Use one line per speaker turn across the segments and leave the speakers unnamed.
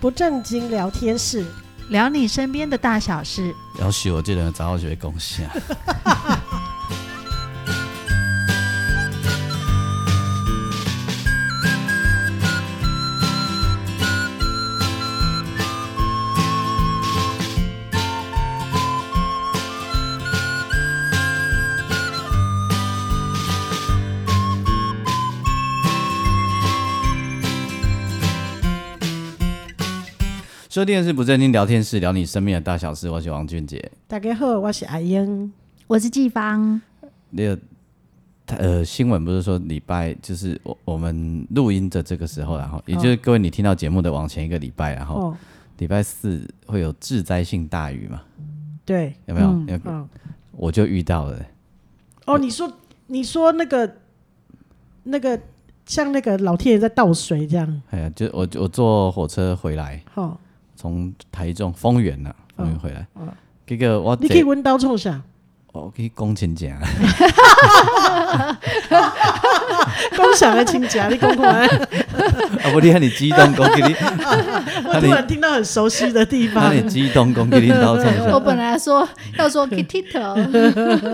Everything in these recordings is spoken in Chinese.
不正经聊天室，
聊你身边的大小事。
要许我这人早就会贡献。 说电视不正经聊天室，聊你身边的大小事。我是王俊杰。
大家好，我是阿英。
我是季芳，
那个他呃，新闻不是说礼拜就是我我们录音的这个时候，然后也就是各位你听到节目的往前一个礼拜，然后
哦，
礼拜四会有致灾性大雨嘛？
对，
有没有？
嗯
有
嗯，
我就遇到了、
哦，你说你说那个那个像那个老天爷在倒水这样，
哎呀，就我我坐火车回来，
哦，
从台中丰原呐、丰原回来，这个我
你可以温刀冲下，
我可以讲亲情 啊，
共享的亲戚 啊，你公公啊，
啊，我你看你激动，讲 给你，啊
我突然听到很熟悉的地
那
方，
你激动，讲给你到创
我
啥？
本来说要说 Kitty 头，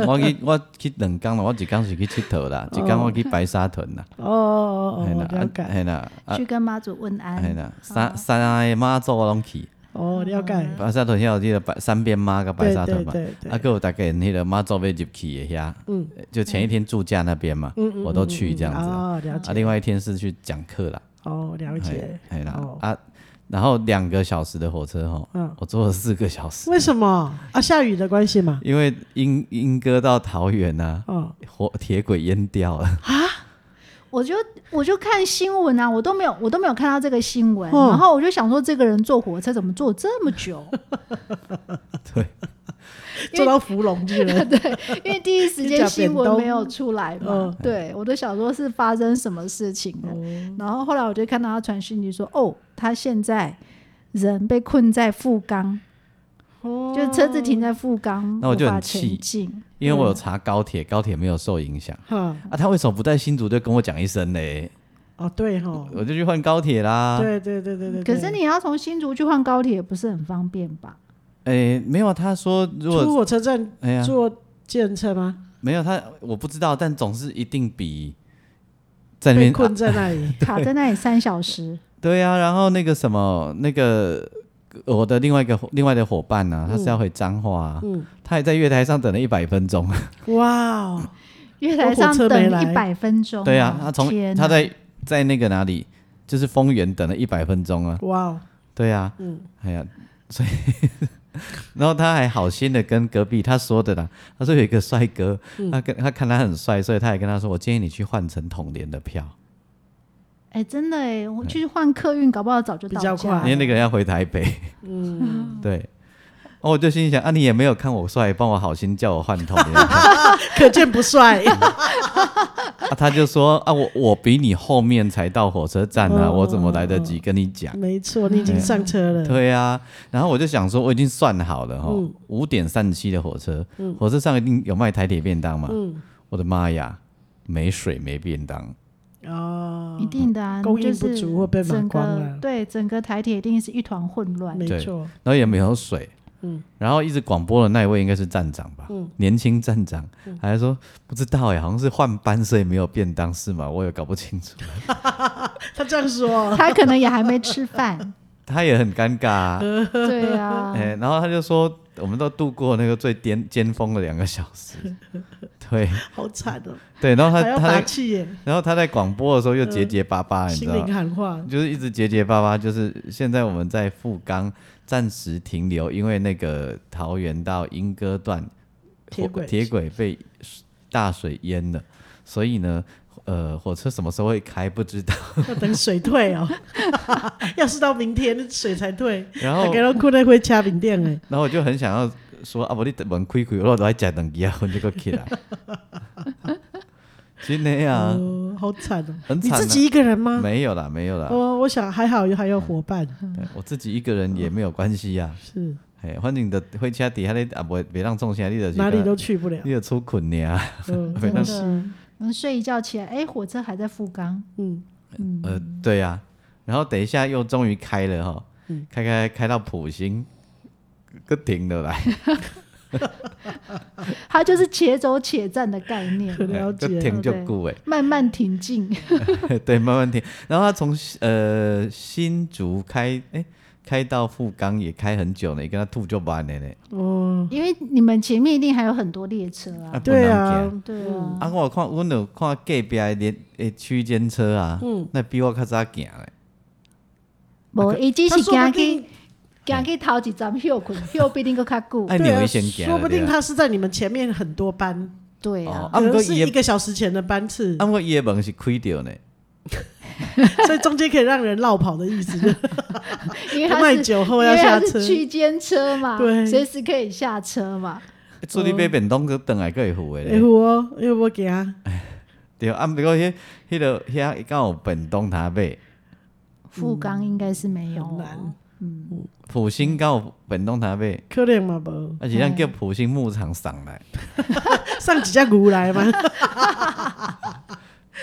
我去我去两工啦，我一工是去佚佗啦，一工我去白沙屯啦，
哦哦
嘿
哦，我
啦，
了解，嗯
嘿啦，啊哎
去跟妈祖问安
嘿。啦，三三个妈祖我拢去，
哦了解，
白沙屯遐有迄个白三边妈甲白
对
哎沙屯
对
嘛，
对对
啊，，还有大概迄个妈祖要入去的遐，嗯，就前一天住家那边嘛，
嗯
我都去这样子啊，
哦了解
啊，另外一天是去讲课啦。
哦了解，
哎啦、
哦嗯
啊，然后两个小时的火车哈，我坐了四个小时，
为什么啊？下雨的关系嘛，
因为莺莺歌到桃园啊呐、
哦，
火铁轨淹 掉了，
我就我就看新闻啊，我都没有我都没有看到这个新闻，
哦
然后我就想说，这个人坐火车怎么坐这么久？
对，
坐到芙蓉去了，
对，因为第一时
你
间
讲
新闻
扁
没有出来嘛
哦
嗯，
对我都想说是发生什么事情了。然后后来我就看到他传讯息说，哦，他现在人被困在富冈，就车子停在富冈，
哦那我就
无法
很气
前进。
因为我有查高铁，高铁没有受影响。
哈，
啊，他为什么不在新竹就跟我讲一声呢？
哦对哈，
我就去换高铁啦。
对对对对对，
可
对
是你要从新竹去换高铁，不是很方便 吧？
哎，没有，他说如
出
果
火车站
哎呀，
坐电车吗？
没有他，我不知道，但总是一定比在那
被
边、啊
困在那里，
卡在那里三 小时，
对呀、然后那个什么，那个呃我的另外一个伙另外的伙伴
嗯
呢、他是要回彰化、啊，他也在月台上等了一百分钟。
哇哦，
月台上
坐火车没
等
来
一百分钟啊。
对呀、他从
天哪
他在在那个哪里，就是丰原等了一百分钟啊。
哇哦，
对呀、
嗯
哎呀，所以 然后他还好心的跟隔壁他说的啦，他说有一个帅哥，
嗯
他跟他看他很帅，所以他也跟他说，我建议你去换成统联的票，
哎，真的哎，我去换客运，搞不好早就
比
到
较
家
因
快
了。
为那个人要回台北。
啊嗯，
对，哦，我就心里想啊，你也没有看我帅，帮我好心叫我换头 啊，
可见不 帅，
他就说啊，我我比你后面才到火车站啊，
哦
我怎么来得及跟你讲？
没错，你已经上车了，
对啊，然后我就想说，我已经算好了哈
嗯，
五点三十七的火车，火车上一定有卖台铁便当嘛，
嗯，
我的妈呀，没水没便当，
哦，
一定的啊，
供
就
应不
是
足或被买
整
光
个
了，
对整个台铁一定是一团混乱。
没
对
错，
然后也没有水。
嗯
然后一直广播的那一位应该是站长吧，年轻站长，
嗯
还说不知道哎，好像是换班所以没有便当是吗？我也搞不清楚。
他这样说，
他可能也还没 吃饭，
他也很尴尬、啊，
嗯
对啊，
哎、然后他就说，我们都度过那个最巅尖峰的两个小时，对
好惨哦，
对，然后
还
他
要嗯
他
打
在
气耶，
然后他在广播的时候又结结巴巴，你知
心
道
灵
吗，
喊话，
就是一直结结巴巴，就是现在我们在富冈暂时停留，因为那个桃园到莺歌段
铁轨
铁轨被大水淹了，所以呢。呃，火车什么时候会开不知道，
要等水退哦，要是到明天水才退，
然后
大家都困在会掐饼店哎，
然后我就很想要说啊，无你门开开，我都爱食两支啊，我就个起来。 真的啊，
哦，好惨哦，
很
你
惨、啊。
自己一个人吗？
没有啦，没有啦，
哦，我想还好还有伙伴，
对我自己一个人也没有关系呀、啊。
是
嘿，反正你的火车底下咧啊，袂袂让重心，你就是
哪里都去不了，
你就出困啊呀。
嗯，
没
真
那
的
真
是，
的。然后睡一觉起来，哎，火车还在富冈，
嗯，
呃，对呀、啊。然后等一下又终于开了哈，
嗯
开开开到普兴， 个停了来，
它就是且走且战的概 念，
了解哦
个呃停就
对
久诶，
慢慢挺进。
对，慢慢停。然后他从呃新竹开，哎、开到富冈也开很久呢，跟他吐就完了呢。
哦，
因为你们前面一定还有很多列车啊，
对
不
啊
能，
对啊，
啊，我有看阮有看隔壁的连诶区间车啊，
嗯
那比我较早行嘞。
无伊只
啊他
是
说不
行去
定，
行去头一站休困，休必定搁较久。
哎，你
对啊
有先行
说不定
对啊
他是在你们前面很多班，
对啊，
哦啊，
可
不过
能是
伊
一
的
个小时前的班次，
啊，不过伊的门是开着呢，
所以中间可以让人绕跑的意 思，就是
因为它
卖
是
酒
因
后要
为
下
它
车
是。区间车嘛，
对
随时可以下车嘛。
做
哦
你买便当去等来个会付的
会
咧。
有哦，因为我给啊，
对啊，啊，不过迄迄个遐敢有便当通买，
富冈应该是没有
嗯很
哦
难，
普星敢有便当通买，
可怜嘛无，
而且啊
嗯
咱叫普星牧场送来，
上几只牛 来嘛，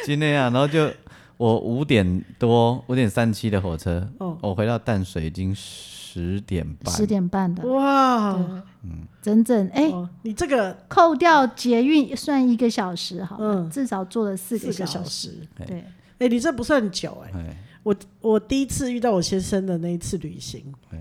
真的啊。然后就我五点多五点三七的火车，
哦
我回到淡水已经十点半，
十点半
哦
的，
哇，
整整哎，
哦你这个
扣掉捷运算一个小时好了，
嗯
至少坐了四
四个
小
小
时。
时，
对，
哎，你这不算久哎，
哎，
我我第一次遇到我先生的那一次旅行
对，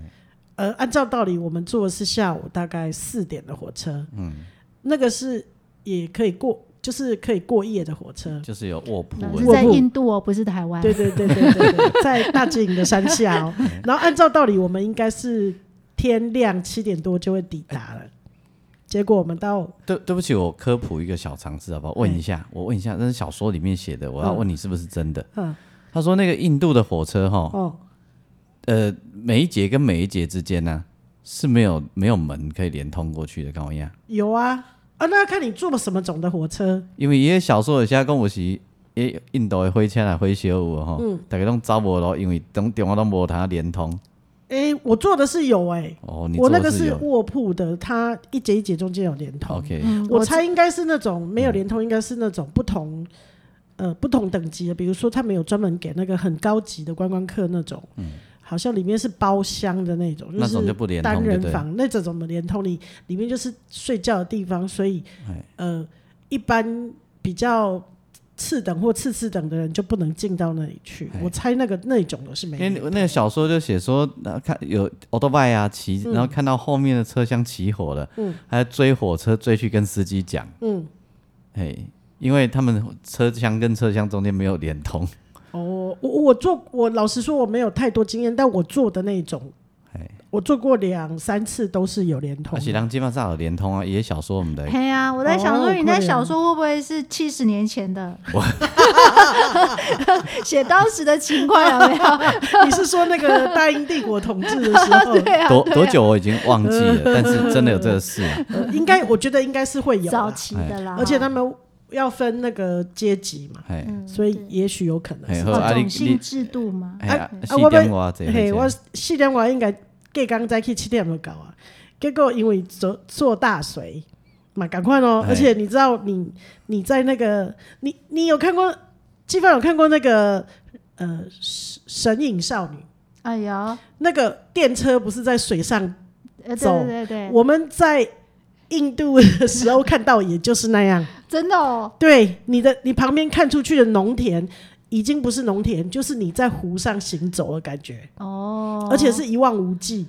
呃，按照道理我们坐的是下午大概四点的火车，
嗯，
那个是也可以过，就是可以过夜的火车。
就是有卧铺
那
的
是
我
在印度哦，不是台湾。
对对对对对对，在大吉岭的山下
嗯
哦。然后按照道理，我们应该是天亮七点多就会抵达了，结果我们到
对，对不起，我科普一个小常识好不好？问一
嗯
下，我问一下，那是小说里面写的，我要问你是不是真的？
嗯
他说那个印度的火车哈，
哦
呃，每一节跟每一节之间呢、是没有没有门可以连通过去的，跟我一样。
有啊啊，那要看你坐了什么种的火车，
因为伊个小说有写讲有时，伊印度的火车来火烧有吼，
嗯
大家拢走无路，因为中中央拢无通连通。
诶，我坐的是有诶，
哦，你
我那
坐
个
的
是
是有哦
卧铺的，它一节一节中间有连通。
OK，、
嗯，
我猜应该是那种没有连通，应该是那种不
嗯
同呃不同等级的，比如说他们有专门给那个很高级的观光客那种，好像里面是包厢的那种，
嗯那种就是不连
单
通就
人
对了。
房那种怎么连通？你里面就是睡觉的地方，所以
哎
呃一般比较。次等或次次等的人就不能进到那里去
哎，
我猜那个那种的是没
因为
有的。
那个小说就写说，呃看有 o t o b i 啊骑，然后看到后面的车厢起火了，
嗯
还追火车追去跟司机讲，
嗯，
哎，因为他们车厢跟车厢中间没有连通，
哦，我我做我老实说我没有太多经验，但我做的那种
哎，啊
我做过两三次都是有连通啊
而
的，
且让基本上有连通啊，也小说我们的，
嘿呀、我在想
哦
说，你在
可怜
小说会不会是七十年前的？ 写当时的情况有没 有？
你是说那个大英帝国统治的时候，
对 啊，
多
对啊
多久我已经忘记了，
啊
但是真的有这个事啊，
呃应该我觉得应该是会有
早
啦，哎
期啊的啦，
而且他们要分那个阶级嘛，
哎
嗯
所以也许有可能
哎
是
好。
哦
啊你
种姓
你
制度嘛，
哎呀
啊，
四
我
点
要
外这
嘿，我
这，
四点我应该隔刚再去七点有搞啊，结果因为做做大水嘛，赶快哦！
哎
而且你知道你你在那个你你有看过，基本有看过那个呃神神隐少女。
哎呦，
那个电车不是在水上，
呃，对
走
对对对，
我们在印度的时候看到，也就是那 样。
真的哦，
对，你的你旁边看出去的农田，已经不是农田，就是你在湖上行走的感觉，
哦，
而且是一望无际，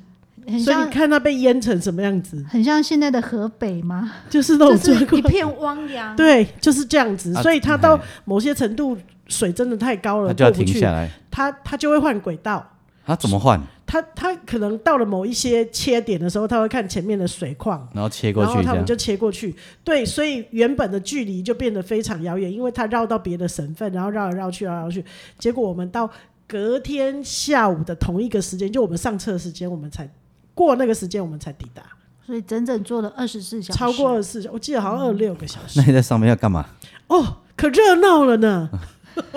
很
所以你
像
看它被淹成什么样 子，
很像现在的河北吗？
就是那
就
种状
是一
况。
片汪洋，
对，就是这样子，
啊
所以它到某些程度，水真的太高
他
了，
就要
过
停
不去
下，来，
它它就会换轨道。
他怎么换？
它它可能到了某一些切点的时候，它会看前面的水况，
然后切过
然后
去
他们
这样，
就切过去，对，所以原本的距离就变得非常遥远，因为他绕到别的省份，然后绕来绕去，绕来绕去，结果我们到隔天下午的同一个时间，就我们上车时间，我们才过那个时间，我们才抵达，
所以整整坐了二十四小时，
超过二十四，我记得
嗯
好像二六个小时
那，你在上面要干嘛？
哦，可热闹了呢，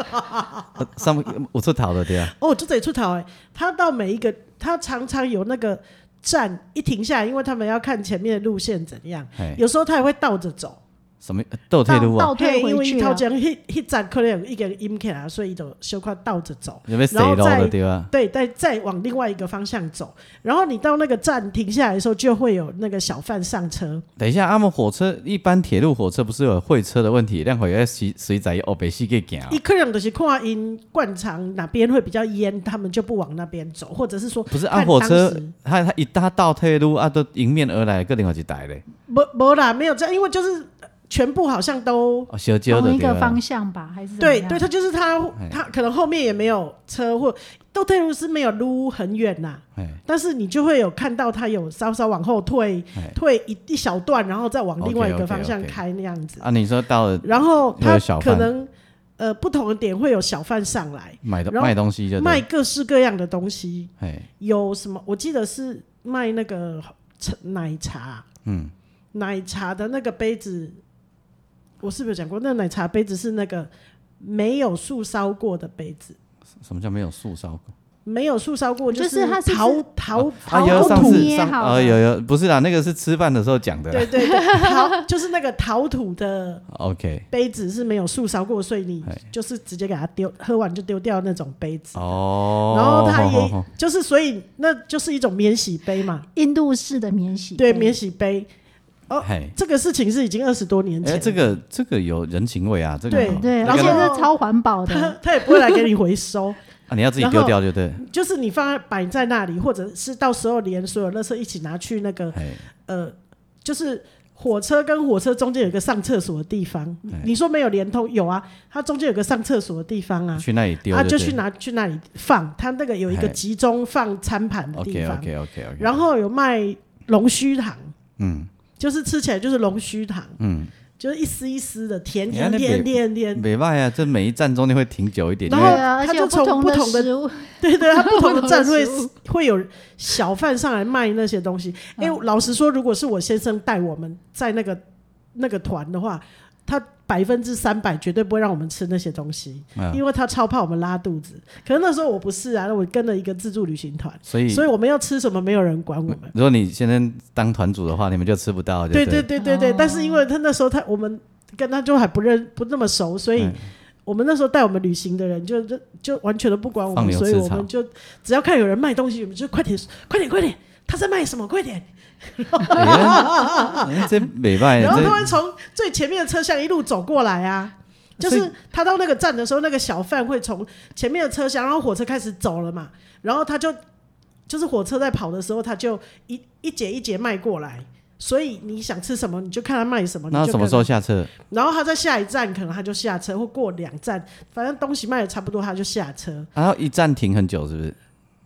呃上面我出逃了对啊，
哦，就得出逃哎、他到每一个，他常常有那个站一停下来，因为他们要看前面的路线怎样，
哎，
有时候他也会倒着走。
什么倒退路啊？
倒退
因
回
为
去
头
啊。
前迄迄站可能已经阴起来，所以就小可倒着走。
有没有谁
然后
漏
再
的对吧？
对，再再往另外一个方向走，然后你到那个站停下来的时候，就会有那个小贩上车。
等一下，阿们火车一般铁路火车不是有会车的问题，让火车随随在哦北西给行哦
一，可能就是看因灌肠哪边会比较淹，他们就不往那边走，或者是说
不是
看
啊，火车
当时
它它一大倒退路啊，都迎面而来，各另外一台嘞，
没没啦，没有这样，因为就是呃全部好像都
哦，小焦
同
的
一
对
个
吧
方？向吧，还是怎么
对
样
对，他就是他
哎
他可能后面也没有车或都退路是没有撸很远呐、
哎，
但是你就会有看到他有稍稍往后退
哎
退一一小段，然后再往另外一个
OK，OK，
方向
OK
开那样子。
啊，你说到了
然后
又
他
有小
可
贩
能呃不同的点会有小贩上来
买的
然后
卖东西就对
卖，各式各样的东西，
哎，
有什么？我记得是卖那个茶奶茶，
嗯，
奶茶的那个杯子，我是不是有讲过？那个奶茶杯子是那个没有素烧过的杯子。
什么叫没有素烧过？
没有素烧过，
就是
是
它是
陶陶
啊，
陶
有
土
上次
捏
上
好
啊
的
有有，不是啦，那个是吃饭的时候讲的啦
对。对对，陶就是那个陶土的
OK，
杯子是没有素烧过，所以你
哎
就是直接给它丢，喝完就丢掉那种杯子。
哦，
然后它
吼
也
吼吼
就是，所以那就是一种免洗杯嘛，
印度式的免洗
对，
杯
免洗杯。哦
嘿，
这个事情是已经二十多年前
哎，
了，
这个这个有人情味啊，这个
对
好
对，
这
而且
个
然后
是超环保
他
的，
他也不会来给你回收，
啊，你要自己
然
丢
后
掉就对，
就是你放在摆在那里，或者是到时候连所有垃圾一起拿去那个
哎，
呃，就是火车跟火车中间有一个上厕所的地方
哎，
你说没有连通有啊，它中间有个上厕所的地方啊，
去那里丢
啊
对
就去拿去那里放，它那个有一个
哎
集中放餐盘的地
OK
方，
OK OK OK，
然后有卖龙须糖，
嗯
就是吃起来就是龙须糖，
嗯，
就是一丝一丝的甜
你
甜
看那
甜
北
甜甜，
没办啊，这每一站中间会停久一点，
然
因为
后
对啊，而
他
且
就
有
从
同
不同的
食物，
对对，它不同
不同
的
的
站会
食物嗯
会有小贩上来卖那些东西。哎、老实说，如果是我先生带我们在那个那个团的话，他百分之三百绝对不会让我们吃那些东西，
嗯
因为他超怕我们拉肚子。可是那时候我不是啊，我跟了一个自助旅行团，
所以
所以我们要吃什么没有人管我们。
如果你现在当团主的话，你们就吃不到，
对
对哦
对对对对，但是因为他那时候他我们跟他就还不认不那么熟，所以。
嗯
我们那时候带我们旅行的人就就就完全都不管我
放
们，
牛
所以
吃
我
草
们就只要看有人卖东西，我们就快点快点快点，他在卖什么？快点！
哎这没办
然后他
这
会从最前面的车厢一路走过来啊。就
所
是他到那个站的时候，那个小贩会从前面的车厢，然后火车开始走了嘛，然后他就就是火车在跑的时候，他就一一节一节卖过来，所以你想吃什么你就看他卖什么。你
那
就
什么
跟
时候下车？
然后他在下一站，可能他就下车，或过两站，反正东西卖的差不多，他就下车。
然后啊一站停很久是不是？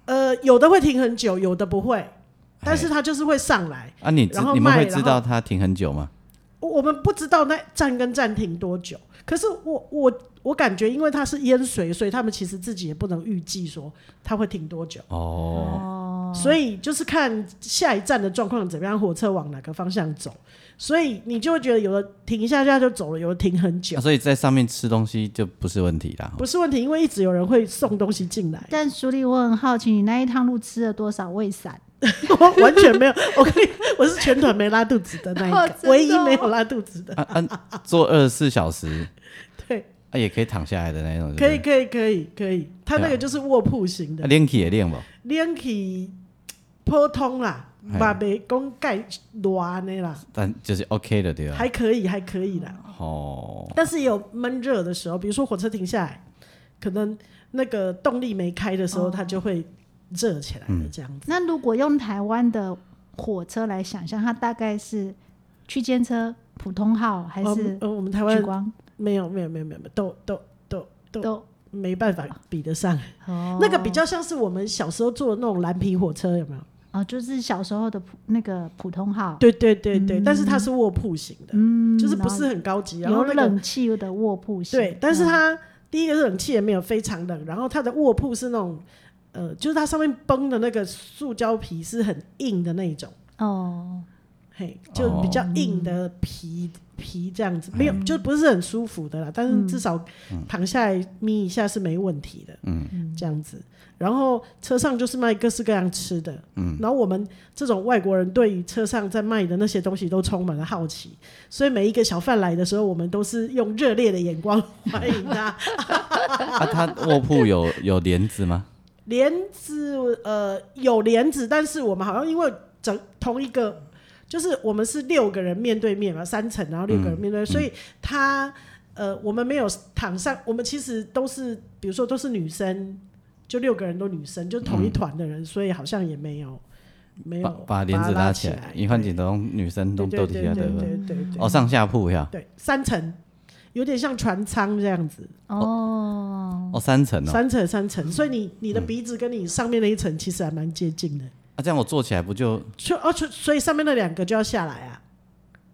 呃，有的会停很久，有的不会，但是他就是会上来。
啊，你知
然后
你们
卖
会
然
知道它停很久吗？
我我们不知道那站跟站停多久，可是我我我感觉，因为它是淹水，所以他们其实自己也不能预计说它会停多久，
哦，
所以就是看下一站的状况怎么样，火车往哪个方向走，所以你就会觉得有的停一下下就走了，有的停很久
那，啊所以在上面吃东西就不是问题啦。
不是问题，因为一直有人会送东西进来。
但淑丽，我很好奇，你那一趟路吃了多少胃散？
我完全没有，我可以，我是全团没拉肚子的那一
哦
个
真，的
唯一
哦
没有拉肚子的。
啊啊，做二十四小时
对，
啊，也可以躺下来的那种。
可以，可以，可以，可以。他那个就是卧铺型的
l i n k 也啊练吧。
，Linky 普通啦，
嘿
嘛袂讲盖热呢啦，
但就是 OK 的对吧？
还可以，还可以啦。
哦，
但是也有闷热的时候，比如说火车停下来，可能那个动力没开的时
哦
候，它就会热起来了，这样子。
那如果用台湾的火车来想象，它大概是区间车、普通号还
哦
是
呃，我们台
莒
湾
光？
没有，没有，没有，没有，没有都都都都
都
没办法比得上。
哦
那个比较像是我们小时候坐的那种蓝皮火车，有没有？
哦，就是小时候的普那个普通号，
对对对对，但是它是卧铺型的，
嗯，
就是不是很高级。
然
然
后
后
有
那个
冷气的卧铺型，
对，但是
嗯
它第一个是冷气也没有非常冷，然后它的卧铺是那种呃，就是它上面绷的那个塑胶皮是很硬的那一种，
哦，
嘿，就比较硬的皮。皮这样子没嗯有，就不是很舒服的啦，但是至少躺下来眯一下是没问题的。嗯，这样子。然后车上就是卖各式各样吃的，嗯，然后我们这种外国人对于车上在卖的那些东西都充满了好奇，所以每一个小贩来的时候，我们都是用热烈的眼光 欢迎他。
啊，他卧铺有 有帘子吗？
帘子呃有帘子，但是我们好像因为整同一个，就是我们是六个人面对面嘛，三层，然后六个人面
嗯
对面，所以他呃我们没有躺上，我们其实都是比如说都是女生，就六个人都女生，就同一团的人，所以好像也没有没有
把把帘子
拉
起
来，
一换景都女生都
对
都
对对
底下
对
的
对对对
哦，上下铺呀，
对三层。有点像船舱这样子，
哦，
哦，三层哦，嗯
三层三层，所以你你的鼻子跟你上面那一层其实还蛮接近的。
啊，这样我坐起来不就
所以哦，所以所以上面那两个就要下来啊。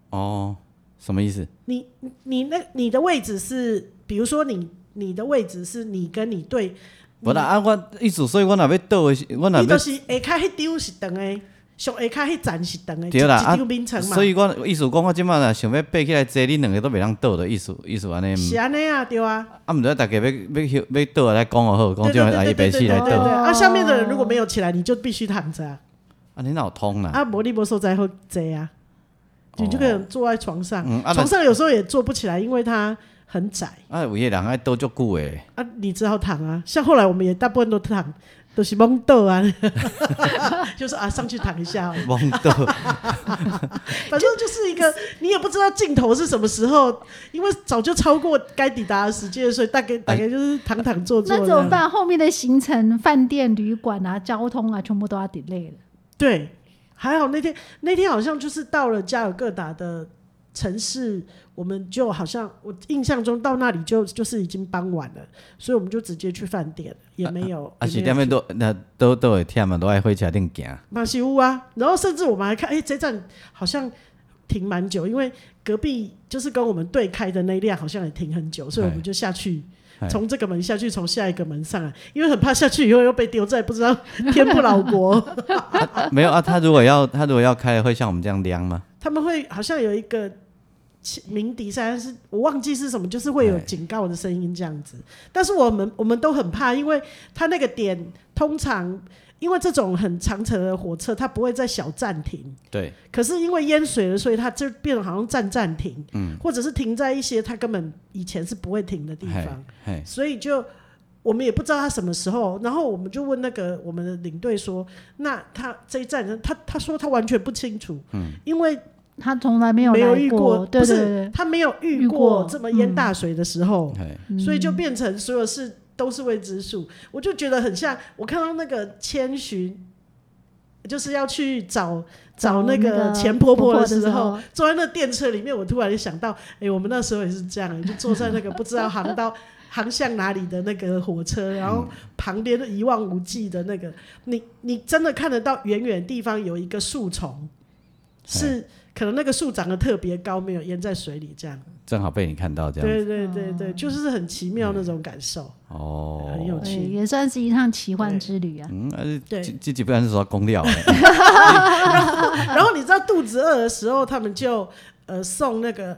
哦什么意思？
你你那你的位置是，比如说你你的位置是你跟你对，
不啦，啊，我意思，所以我若要倒的时，我若
你
要
都是下骹迄张是长的，上下骹迄层是长的，
对啦
一
啊
一张冰层嘛
所，以我意思讲，我即摆若想要爬起来坐，恁两个都袂当倒的意思，意思安尼。
是安尼啊，对啊，
啊，毋知大家要要休要倒的来讲好好，讲
对
即
对
摆来
对对
伊爬
对对
起
对
来
对，
倒。
啊，下面的人如果没有起来，你就必须躺着啊，
啊，你哪有通啦？
啊，无你无受灾后坐啊，你就可能坐在床上
嗯啊，
床上有时候也坐不起来，因为它很窄
啊，有些人爱倒足久诶，
啊，你只好躺啊，像后来我们也大部分都躺，都是懵豆啊， 就是啊，上去躺一下哦。
懵倒。
反正就是一个，你也不知道尽头是什么时候，因为早就超过该抵达的时间，所以大
哎
概大概就是躺躺坐坐
那
这
怎么
样。
办？后面的行程、饭店、旅馆啊、交通啊，全部都要 delay 了。
对，还好那天那天好像就是到了加尔各答的城市，我们就好像我印象中到那里就就是已经傍晚了，所以我们就直接去饭店，也没有。
啊，
也
是
没有去
点咩都那都都会忝嘛，都爱火车顶行。
马西屋啊，然后甚至我们还看，哎、这站好像停蛮久，因为隔壁就是跟我们对开的那一辆好像也停很久，所以我们就下去
哎，
从这个门下去，从下一个门上来，因为很怕下去以后又被丢在不知道天不老国。
没有啊，他如果要他如果要开，会像我们这样量吗？
他们会好像有一个鸣笛声，但是我忘记是什么，就是会有
哎
警告的声音这样子。但是我们我们都很怕，因为他那个点通常。因为这种很长程的火车，它不会在小站停，
对，
可是因为淹水了，所以它就变得好像站站停，
嗯
或者是停在一些它根本以前是不会停的地
嘿
方，，
嘿，
所以就我们也不知道它什么时候。然后我们就问那个我们的领队说：“那他这一站呢，他他说他完全不清楚，
嗯
因为
他从来没有
没有
来
遇
过，对
不
对
是
对，
他没有遇
遇过
过这么淹大水的时候，
嘿，
嗯
所以就变成所有事都是未知数。我就觉得很像我看到那个千寻，就是要去找找那个钱婆婆的时候，，坐在那电车里面，我突然想到，哎、我们那时候也是这样，就坐在那个不知道 航到航向哪里的那个火车，然后旁边一望无际的那个，你你真的看得到远远地方有一个树丛，是可能那个树长得特别高，没有淹在水里这样。
正好被你看到这样。
对对对对，就是很奇妙那种感受，
哦，
很有
对，
趣。
也算是一趟奇幻之旅啊。
嗯，啊，这
对
这这几不然是说公料欸
然后你知道肚子饿的时候，他们就呃送那个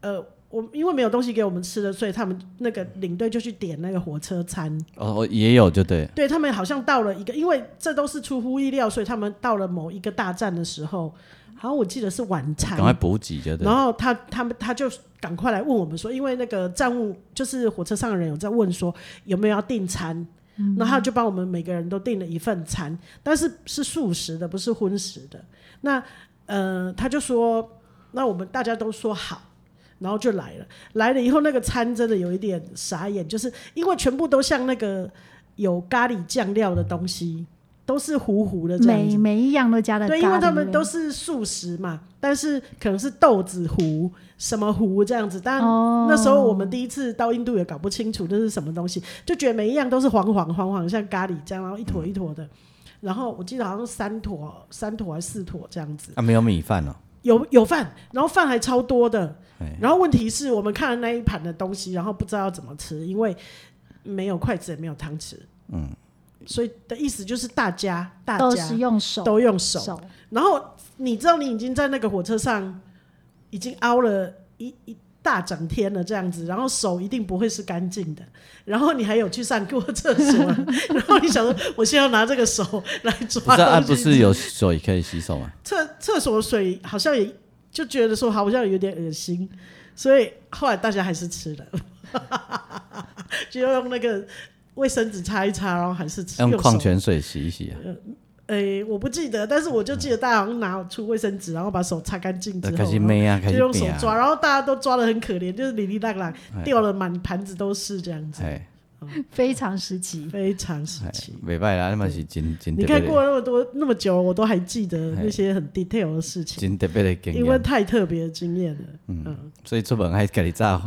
呃，我因为没有东西给我们吃的，所以他们那个领队就去点那个火车餐。
哦，我也有就对，
对他们好像到了一个，因为这都是出乎意料，所以他们到了某一个大站的时候，好像我记得是晚餐
赶，快补给就对
然。后他他们他就赶快来问我们说，因为那个站务就是火车上的人有在问说有没有要订餐，然后他就帮我们每个人都订了一份餐，但是是素食的，不是荤食的。那呃，他就说，那我们大家都说好。然后就来了，来了以后那个餐真的有一点傻眼，就是因为全部都像那个有咖喱酱料的东西，都是糊糊的这样子
每每一样都加了咖喱
对，
味，
因为他们都是素食嘛，但是可能是豆子糊、什么糊这样子。但
哦
那时候我们第一次到印度也搞不清楚这是什么东西，就觉得每一样都是黄黄黄黄，像咖喱这样，然后一坨一坨的。然后我记得好像三坨、三坨还是四坨这样子，
啊，没有米饭哦，
有有饭，然后饭还超多的
哎。
然后问题是我们看了那一盘的东西，然后不知道要怎么吃，因为没有筷子也没有汤匙。嗯，所以的意思就是大家大
都
家
是用手
都用手。
手
然后你知道你已经在那个火车上已经凹了一一大整天了这样子，然后手一定不会是干净的，然后你还有去上过厕所， 然后你想说，我现在要拿这个手来抓东
不 是
西，
啊，不是有水可以洗手吗？
厕厕所水好像也就觉得说好像有点恶心，所以后来大家还是吃 了，就要用那个卫生纸擦一擦，然后还是吃
用
手
矿泉水洗一洗啊，
诶、哎我不记得，但是我就记得大家好像拿出卫生纸，然后把手擦干净之后，
开始妹啊，
然
开
后就
始
用手
变啊，
抓，然后大家都抓的很可怜，就是里里啦啦掉了满盘子都是这样子，
哎，
非常时期。
非常时
哎
期。
袂歹啦，那嘛是 真真
你
特
看
别
过
的，
那么多那么久，我都还记得那些很 detail 的事情，
真特别的哎经
因为
验，嗯
太特别的经验了。嗯
所以出门还家己炸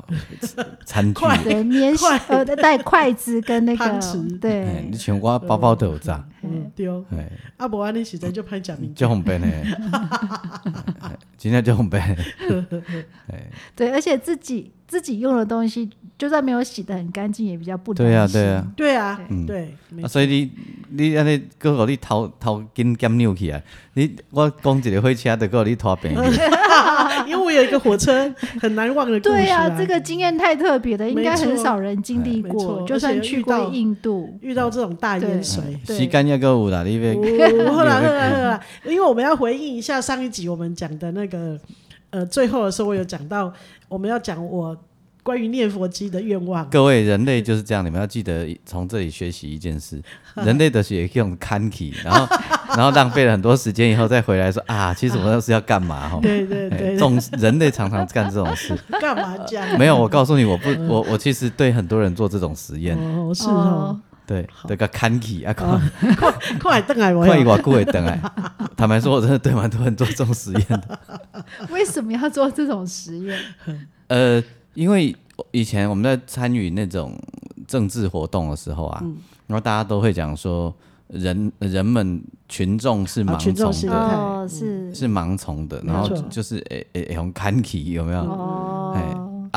餐 具。
快
对，免洗
筷
呃带筷子跟那
汤
个
匙
哎
对
你，像我包包都有炸，
嗯，对哦。
哎，
啊，无安尼实在就歹食物
嗯就方便 的，真的就方便的。
对，而且自己自己用的东西，就算没有洗的很干净，也比较不
对啊，
担心
对啊，
对啊，
嗯
对，没
啊，所以你你安尼，搁互你头头筋减扭起来，你我讲一个火车，就搁互你拖 病去。
错因为我有一个火车很难忘的故事。
对
啊，
这个经验太特别了，应该
没
很
错
少人经历
哎没错
过。就
而
算
且
去
遇
过
到
印度，
遇到这种大淹水，
对
时间也够有啦， 你要
哦，后来后来后来，因为我们要回应一下上一集我们讲的那个，呃，最后的时候我有讲到，我们要讲我关于念佛机的愿望。
各位人类就是这样，你们要记得从这里学习一件事：人类的血用看起， 然后然后浪费了很多时间以后再回来说 啊，其实我那是要干嘛哈？
对对
哎
对，
这种人类常常干这种 事，
干嘛讲？
没有，我告诉你，我
嗯
不，我我其实对很多人做这种实验，
哦，是哦，
对
好，哦
这个看起啊，看
快邓来我
快一
有，
瓦顾伟等 哎，坦白说，我真的对蛮多人做这种实验的。
哦 为什么要做这种实 验？
呃，因为以前我们在参与那种政治活动的时候
嗯
啊，然后大家都会讲说，人人们群众是
啊
盲
群众
从
心态
的，
哦，是
是盲从的，
没
然后
错
就是诶诶诶，用看起有没有？
哦
哎，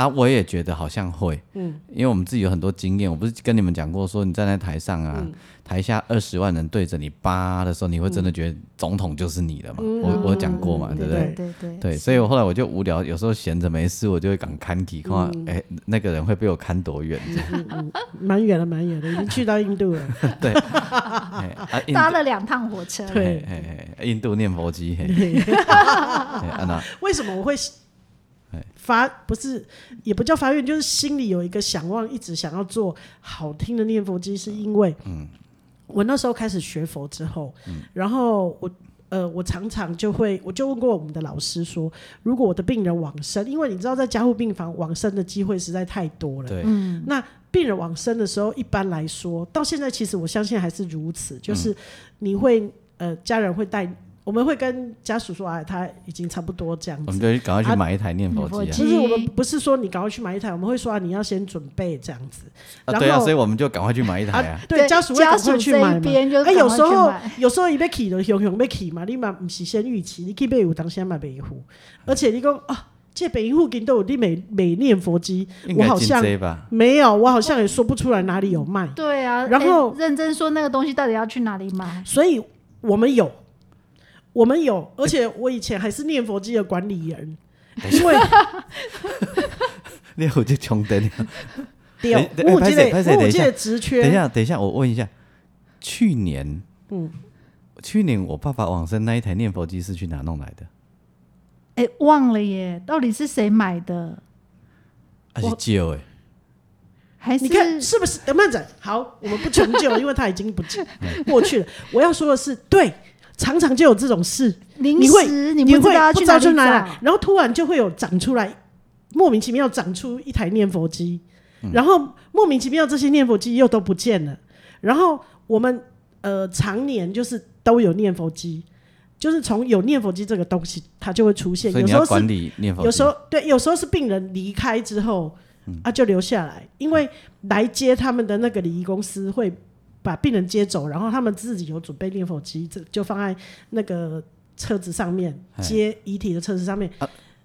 啊，我也觉得好像会，
嗯
因为我们自己有很多经验。我不是跟你们讲过，说你站在台上啊，
嗯
台下二十万人对着你叭的时候，你会真的觉得总统就是你了嘛？我我有讲过嘛，
嗯
哎对不对？
对对对
对，所以我后来我就无聊，有时候闲着没事，我就会敢看几看，
嗯
哎、那个人会被我看多远？这样
蛮远了，蛮远了，已经去到印度了。
对，哎啊，印
搭
度，
了两趟火车，
对
哎哎哎，印度念佛机，嘿， 哎啊那
为什么我会
哎
发不是也不叫发愿，就是心里有一个想望，一直想要做好听的念佛机，是因为，
嗯
我那时候开始学佛之后，然后我。呃，我常常就会，我就问过我们的老师说，如果我的病人往生，因为你知道在加护病房往生的机会实在太多了，
对，
那病人往生的时候，一般来说，到现在其实我相信还是如
嗯
此，就是你会、呃，家人会带，我们会跟家属说啊，他已经差不多这样
我
子
们。就赶快去买一台念
念
佛机
佛
啊
机
就是我们不是说你赶快去买一台，我们会说啊，你要先准备这样子。
啊，
然
对啊，
后
所以我们就赶快去买一台啊。
对，家属会
家
赶
属
快去
这
买
一
嘛。
边就
哎、
赶
有
快
时
去
候
买
有时候伊要去就熊熊要去嘛，你嘛不是先预期，你去买有当先买北户，而且你讲啊，这北户跟都有你每每念佛机，
应
我
该
好
进
像
J 吧？
没有，我好像也说不出来哪里有卖。
对啊，
然
哎
后
认真说那个东西到底要去哪里买？
所以我们有，我们有，而且我以前还是念佛机的管理员，
哎
因为
你有这穷 灯？
对
哎哎
我有
拍
这
摄拍摄
个我
等
有
一
这
下
个职
等一
缺，
下，等一下，我问一下，去年，
嗯
去年我爸爸往生那一台念佛机是去哪弄来的？
哎，忘了耶，到底是谁买的？
还是借哎？
还
你看
是
是不是？等慢着，好，我们不求 救，因为他已经不记过去了。我要说的是，对，常常就有这种事，
临
你会
时
你
不知
会
道要
不
去
知道
哪里
就拿
找
来？，然后突然就会有长出来，莫名其妙长出一台念佛机，
嗯
然后莫名其妙这些念佛机又都不见了。然后我们呃常年就是都有念佛机，就是从有念佛机这个东西，它就会出现。
所以
有时
你要
候是
管理念佛机。
有时候对，有时候是病人离开之后、
嗯
啊就留下来，因为来接他们的那个礼仪公司会把病人接走，然后他们自己有准备念佛机，这就放在那个车子上面
哎
接遗体的车子上面，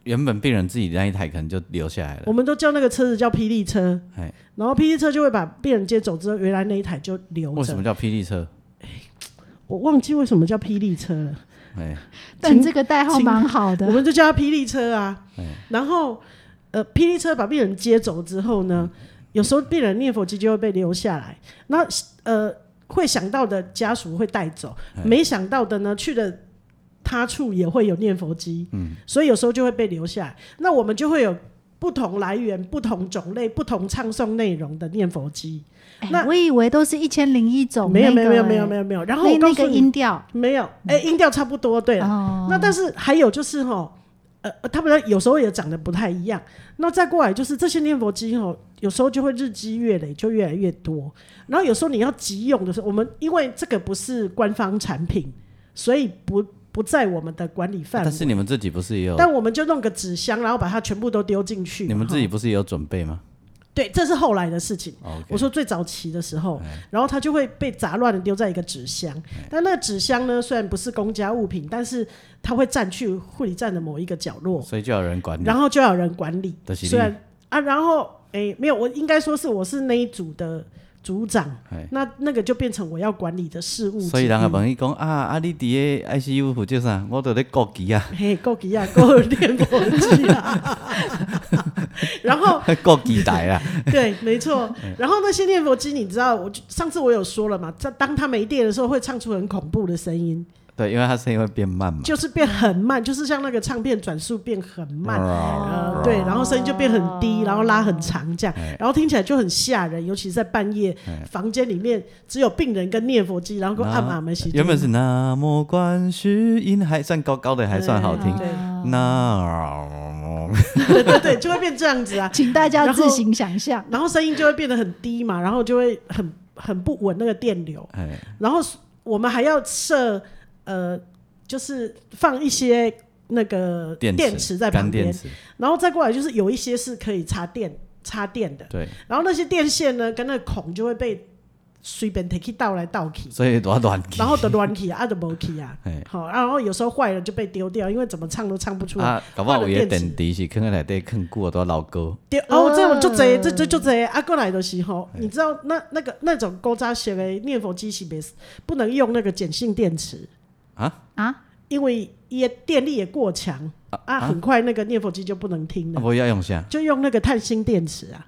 原本病人自己那一台可能就留下来了
我。们都叫那个车子叫霹雳车
哎，
然后霹雳车就会把病人接走之后，原来那一台就留
为什
着
么，叫霹雳车？
我忘记为什么叫霹雳车了。
哎，
但
请
这个代号
请
蛮好
我
的，
们就叫它霹雳车啊。然后呃，霹雳车把病人接走之后呢，有时候病人念佛机就会被留下来，那呃会想到的家属会带走，没想到的呢去了。他处也会有念佛机，嗯，所以有时候就会被留下来。那我们就会有不同来源、不同种类、不同唱诵内容的念佛机。
哎
那
我以为都是一千零一种
没
那
有
个欸，
没有没有没有没有没有。然后我
那
告
那
诉
个
你，
音调，
没有，哎、音调差不多，对了。
哦，
那但是还有就是吼，呃，他们有时候也长得不太一样。那再过来就是这些念佛机吼，有时候就会日积月累，就越来越多。然后有时候你要急用的时候，我们因为这个不是官方产品，所以不不在我们的管理范围。
啊但是你们自己不是也有，
但我们就弄个纸箱，然后把它全部都丢进去嘛。
你们自己
哈
不是也有准备吗哦
对，这是后来的事情。
？OK，哎
我说最早期的时候，然后它就会被杂乱的丢在一个纸箱，但那个纸箱呢，虽然不是公家物品，但是它会占去护理站的某一个角落，
所以就有人管理
然，后就要有人管理。
就是你
虽然啊，然后诶，没有，我应该说是我是那一组的组长
哎，
那那个就变成我要管理的事务。
所以人家问伊讲啊，啊你伫个 ICU 负责啥？我都咧顾机啊，
嘿，够吉亚，够练搏击啊！ 然后
顾机台啊，
对，没错。
嗯
然后那些念佛机，你知道，我就上次我有说了嘛，在当他没电的时候，会唱出很恐怖的声音，
对，因为他声音会变慢嘛，
就是变很慢，就是像那个唱片转速变很慢。呃，
慢
对，然后声音就变很低，然后拉很长这样，
哎
然后听起来就很吓人，尤其是在半夜，房间里面只有病人跟念佛机，然后跟暗妈们洗。
原本是那么观世音，还算高高的，还算好听。
对啊
嗯
那
对对对，就会变这样子啊，
请大家
然后
自行想象。
然后声音就会变得很低嘛，然后就会很很不稳那个电流，
哎，
然后我们还要设呃，就是放一些那个
电池
在旁
干
边
电，池，
然后再过来就是有一些是可以插电插电的，
对，
然后那些电线呢跟那个孔就会被随便 take 倒来倒 去，
所以多乱
然后的乱去啊，啊的没去啊
嘿，
好、啊然后有时候坏了就被丢掉，因为怎么唱都唱不出来。
啊，搞不好有的电池是放在内底放久都老高，
对哦，这种
嗯
就这这这就这啊，过来的时候，你知道那那个那种勾扎型的念佛机是不是不能用那个碱性电池
啊
啊？
因为也电力也过强啊很快那个念佛机就不能听
那
了，
啊不要用啥？
就用那个碳锌电池啊，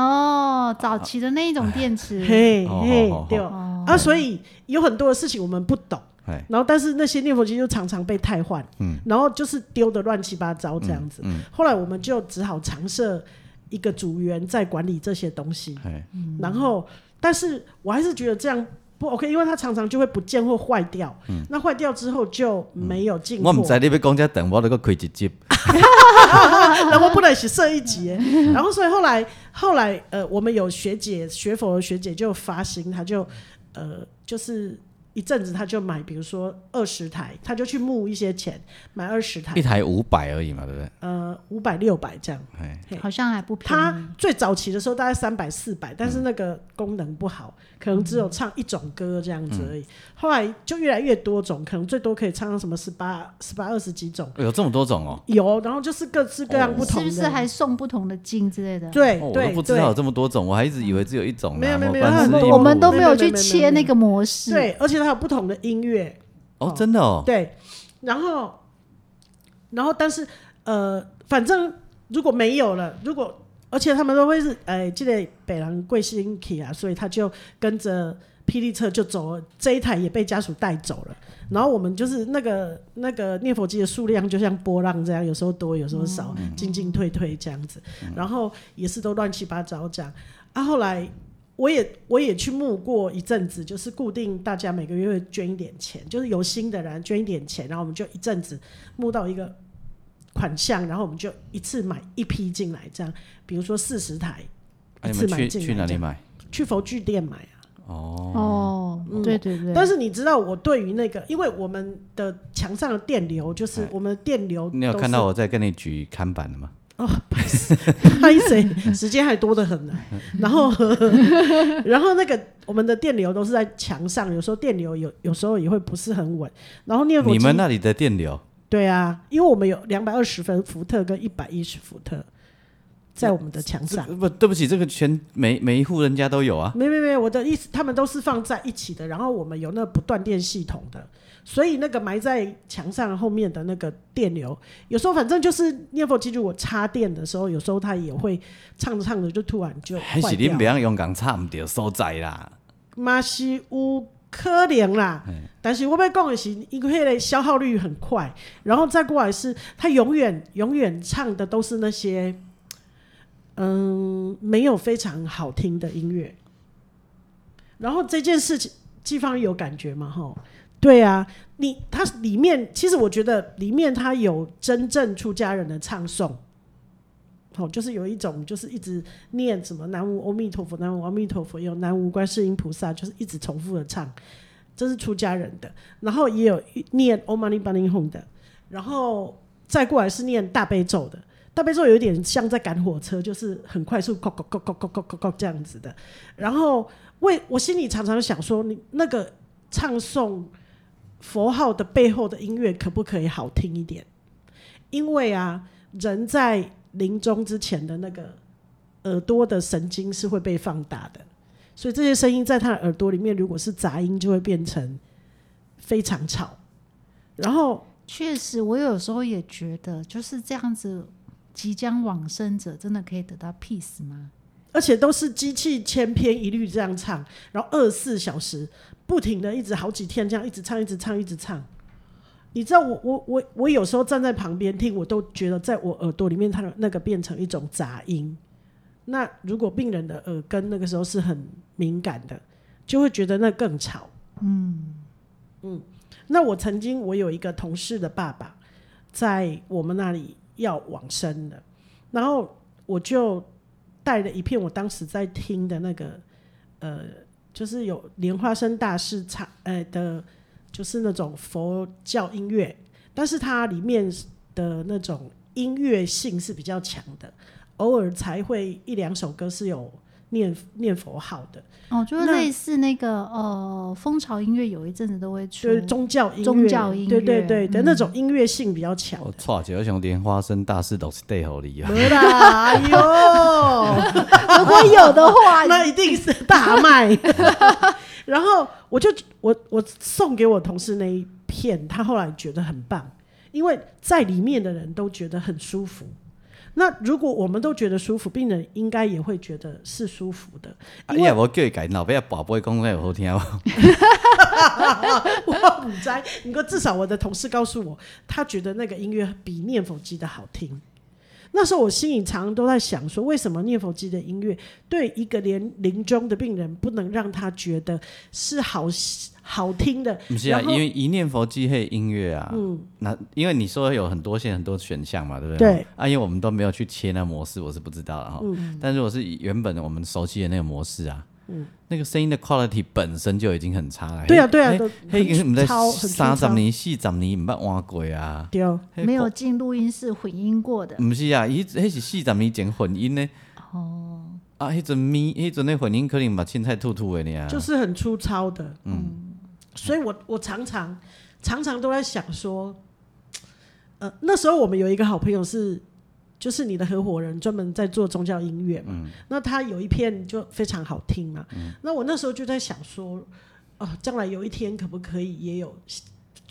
哦，早期的那一种电池，
嘿
哦
嘿
哦哦，
对
哦
啊，所以有很多的事情我们不懂。
哎，
然后，但是那些念佛机就常常被汰换，
嗯
然后就是丢的乱七八糟这样子。
嗯，
后来我们就只好常设一个组员在管理这些东西，
哎，
然后，但是我还是觉得这样不 OK，因为它常常就会不见或坏掉。那坏掉之后就没有进
嗯我
货。
唔知你要讲这等，我都搁开一集，
然后本来是设一集耶，然后所以后来后来呃，我们有学姐学佛的学姐就发心，她就呃就是。一阵子，她就买，比如说二十台，她就去募一些钱，买二十台
一，台五百而已嘛，对不对？
呃，五百六百这样。
哎，
嘿
好像还不便宜。
嗯
他最早期的时候大概三百四百，但是那个功能不好，可能只有唱一种歌这样子
嗯
而已。后来就越来越多种，可能最多可以唱到什么十八、十八二十几种
有这么多种哦，
有，然后就是各式各样不
是
同
不
的。
是还送不同的镜之类的？
对
哦我
对
都不知道有
对
这么多种，我还一直以为只有一种啊。
没有没有
什么
没有
观世
很多
音
我
我们
菩
都
没
没
有
有
没有没有
去
没有
切那个模式。
对，而且它有不同的音乐，
哦，真的哦，
对，然后然后但是呃，反正如果没有了，如果而且他们都会是哎，这个北兰贵新体啊，所以他就跟着霹雳车就走了，这一台也被家属带走了。然后我们就是那个那个念佛机的数量，就像波浪这样，有时候多，有时候少，进进退退这样子。
嗯
然后也是都乱七八糟这样。啊，后来我也我也去募过一阵子，就是固定大家每个月会捐一点钱，就是有心的人捐一点钱，然后我们就一阵子募到一个款项，然后我们就一次买一批进来，这样，比如说四十台，一
啊你
次
们
买
去
进来
去哪
这
里
样
买？
去佛具店买啊。
哦，
哦，对对对。
但是你知道，我对于那个，因为我们的墙上的电流，就是我们的电流都是，
哎你有看到我在跟你举看板的吗？
拍谁，时间还多得很呢、然后， 然后那个我们的电流都是在墙上，有时候电流有有时候也会不是很稳。然后念佛
你
机
们那里的电流
对啊，因为我们有两百二十分伏特跟一百一十伏特，在我们的墙上。
呃不，对不起，这个全每每一户人家都有啊。
没没没，我的意思，他们都是放在一起的，然后我们有那不断电系统的，所以那个埋在墙上后面的那个电流，有时候反正就是念佛记住我插电的时候，有时候它也会唱着唱着就突然就
还
坏
是
掉。
恁袂晓用共插毋着所在啦。
嘛是有可能啦，但是我要讲的是，因为迄个消耗率很快，然后再过来是，他永远永远唱的都是那些，嗯，没有非常好听的音乐。然后这件事情，季芳有感觉吗？吼，对啊，你它里面其实我觉得里面它有真正出家人的唱诵，好、就是有一种就是一直念什么南无阿弥陀佛，南无阿弥陀佛，有南无观世音菩萨，就是一直重复的唱，这是出家人的。然后也有念 Om Mani p a d m e Hum 的，然后再过来是念大悲咒的。大悲咒有点像在赶火车，就是很快速，咕咕咕咕咕咕咕咕这样子的。然后为我心里常常想说，你那个唱诵佛号的背后的音乐可不可以好听一点？因为啊，人在临终之前的那个耳朵的神经是会被放大的，所以这些声音在他的耳朵里面，如果是杂音，就会变成非常吵。然后
确实，我有时候也觉得就是这样子，即将往生者真的可以得到 peace 吗？
而且都是机器千篇一律这样唱，然后二十四小时不停的一直好几天这样一直唱，一直唱，一直唱。你知道我我我我有时候站在旁边听，我都觉得在我耳朵里面，它的那个变成一种杂音。那如果病人的耳根那个时候是很敏感的，就会觉得那更吵。嗯嗯，那我曾经我有一个同事的爸爸，在我们那里要往生了，然后我就带了一片我当时在听的那个，呃，就是有莲花生大师唱呃的，就是那种佛教音乐，但是它里面的那种音乐性是比较强的，偶尔才会一两首歌是有念念佛号的，
哦，就是
那
类似那个呃，风潮音乐有一阵子都会出
就是 宗教音乐，
宗教音乐
对对对的、
嗯哦
那种音乐性比较强
哦我
的。
错，就像莲花生大师都是对好你啊。
没啦，哎 呦！
如果有的 话，
那一定是大卖。 然后我就我我送给我同事那一片，他后来觉得很棒，因为在里面的人都觉得很舒服。那如果我们都觉得舒服，病人应该也会觉得是舒服的。
啊，
因
你
为
也无叫伊家老爸宝贝讲那有好听无？
我不知，不过至少我的同事告诉我，他觉得那个音乐比念佛机的好听。那时候我心里常常都在想说，为什么念佛机的音乐对一个连临终的病人不能让他觉得是好好听的？
不是啊，
然
因
后嗯
为一念佛机嘿音乐啊，那因为你说有很多线很多选项嘛，对不对？
对嗯
啊，因为我们都没有去切那模式，我是不知道的哈。但如果是原本我们熟悉的那个模式啊，那个声音的 quality 本身就已经很差了。
对啊对啊
嘿
都
哎嘿，
很
我们在
粗糙很粗
三十
糙
年、四十年唔捌换过啊。
对哦，
嘿
没有进录音室混音过的，
毋是啊，伊迄是四十年前混音呢。哦。啊，迄阵咪，迄阵的混音可能嘛凊彩突突的啊尔。
就是很粗糙的。嗯，所以我我常常常常都在想说，呃，那时候我们有一个好朋友是。就是你的合伙人专门在做宗教音乐嘛，那他有一片就非常好听嘛。那我那时候就在想说，哦、将来有一天可不可以也有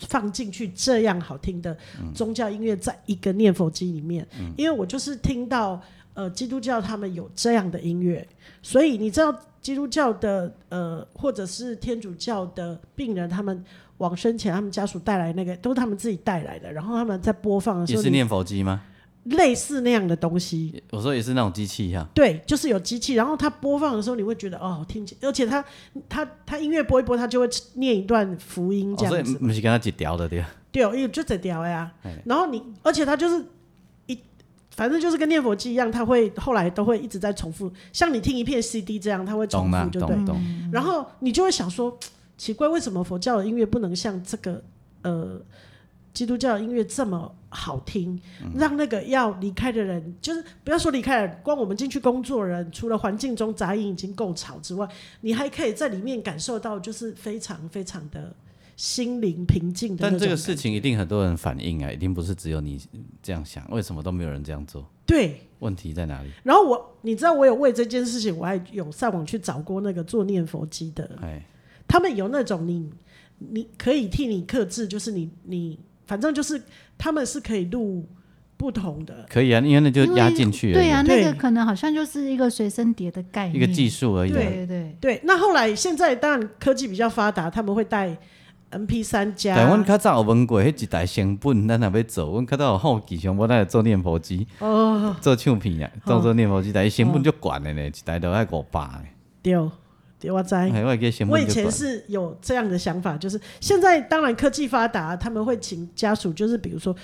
放进去这样好听的
嗯
宗教音乐在一个念佛机里面？因为我就是听到呃基督教他们有这样的音乐，所以你知道基督教的呃，或者是天主教的病人，他们往生前他们家属带来那个都是他们自己带来的，然后他们在播放的时
也
候，
是
你
念佛机吗？
类似那样的东西。
也我说也是那种机器哈、
对，就是有机器，然后它播放的时候，你会觉得哦，听起，而且它它它音乐播一播，它就会念一段福音嗯
哦
这
所以哎
样子。
毋是跟他一条的对吧。
对哦，因为就这条呀、然后你，而且它就是一，反正就是跟念佛机一样，它会后来都会一直在重复，像你听一片 CD 这样，它会重
懂啦
复，，就对。
懂懂。
然后你就会想说，奇怪，为什么佛教的音乐不能像这个呃基督教的音乐这么好听，
嗯
让那个要离开的人，就是不要说离开了，光我们进去工作人，除了环境中杂音已经够吵之外，你还可以在里面感受到就是非常非常的心灵平静的那
但
种
这
感觉。
个事情一定很多人反映啊，一定不是只有你这样想，为什么都没有人这样做？
对，
问题在哪里？
然后我，你知道我有为这件事情，我还有上网去找过那个做念佛机的，
哎，
他们有那种你你可以替你克制，就是你你反正就是他们是可以录不同的，
可以啊，因为那就
因为
压进去而
对
已
呀、
啊，
那个
对
可能好像就是一个随身碟的概念，
一个技术而已啊。
对对对，
对。那后来现在当然科技比较发达，他们会带 M P 三加，
但阮较早有问过，迄一台成本咱若要做，阮较早有好奇，想要咱来做念佛机，
哦，
做唱片啊，做做念佛机，但伊成本就悬的呢，一台都要五百的。
丢丢我在。
哎，我给成
哦我以
本就
前
悬。
是有这样的想法，就是现在当然科技发达，他们会请家属，就是比如说，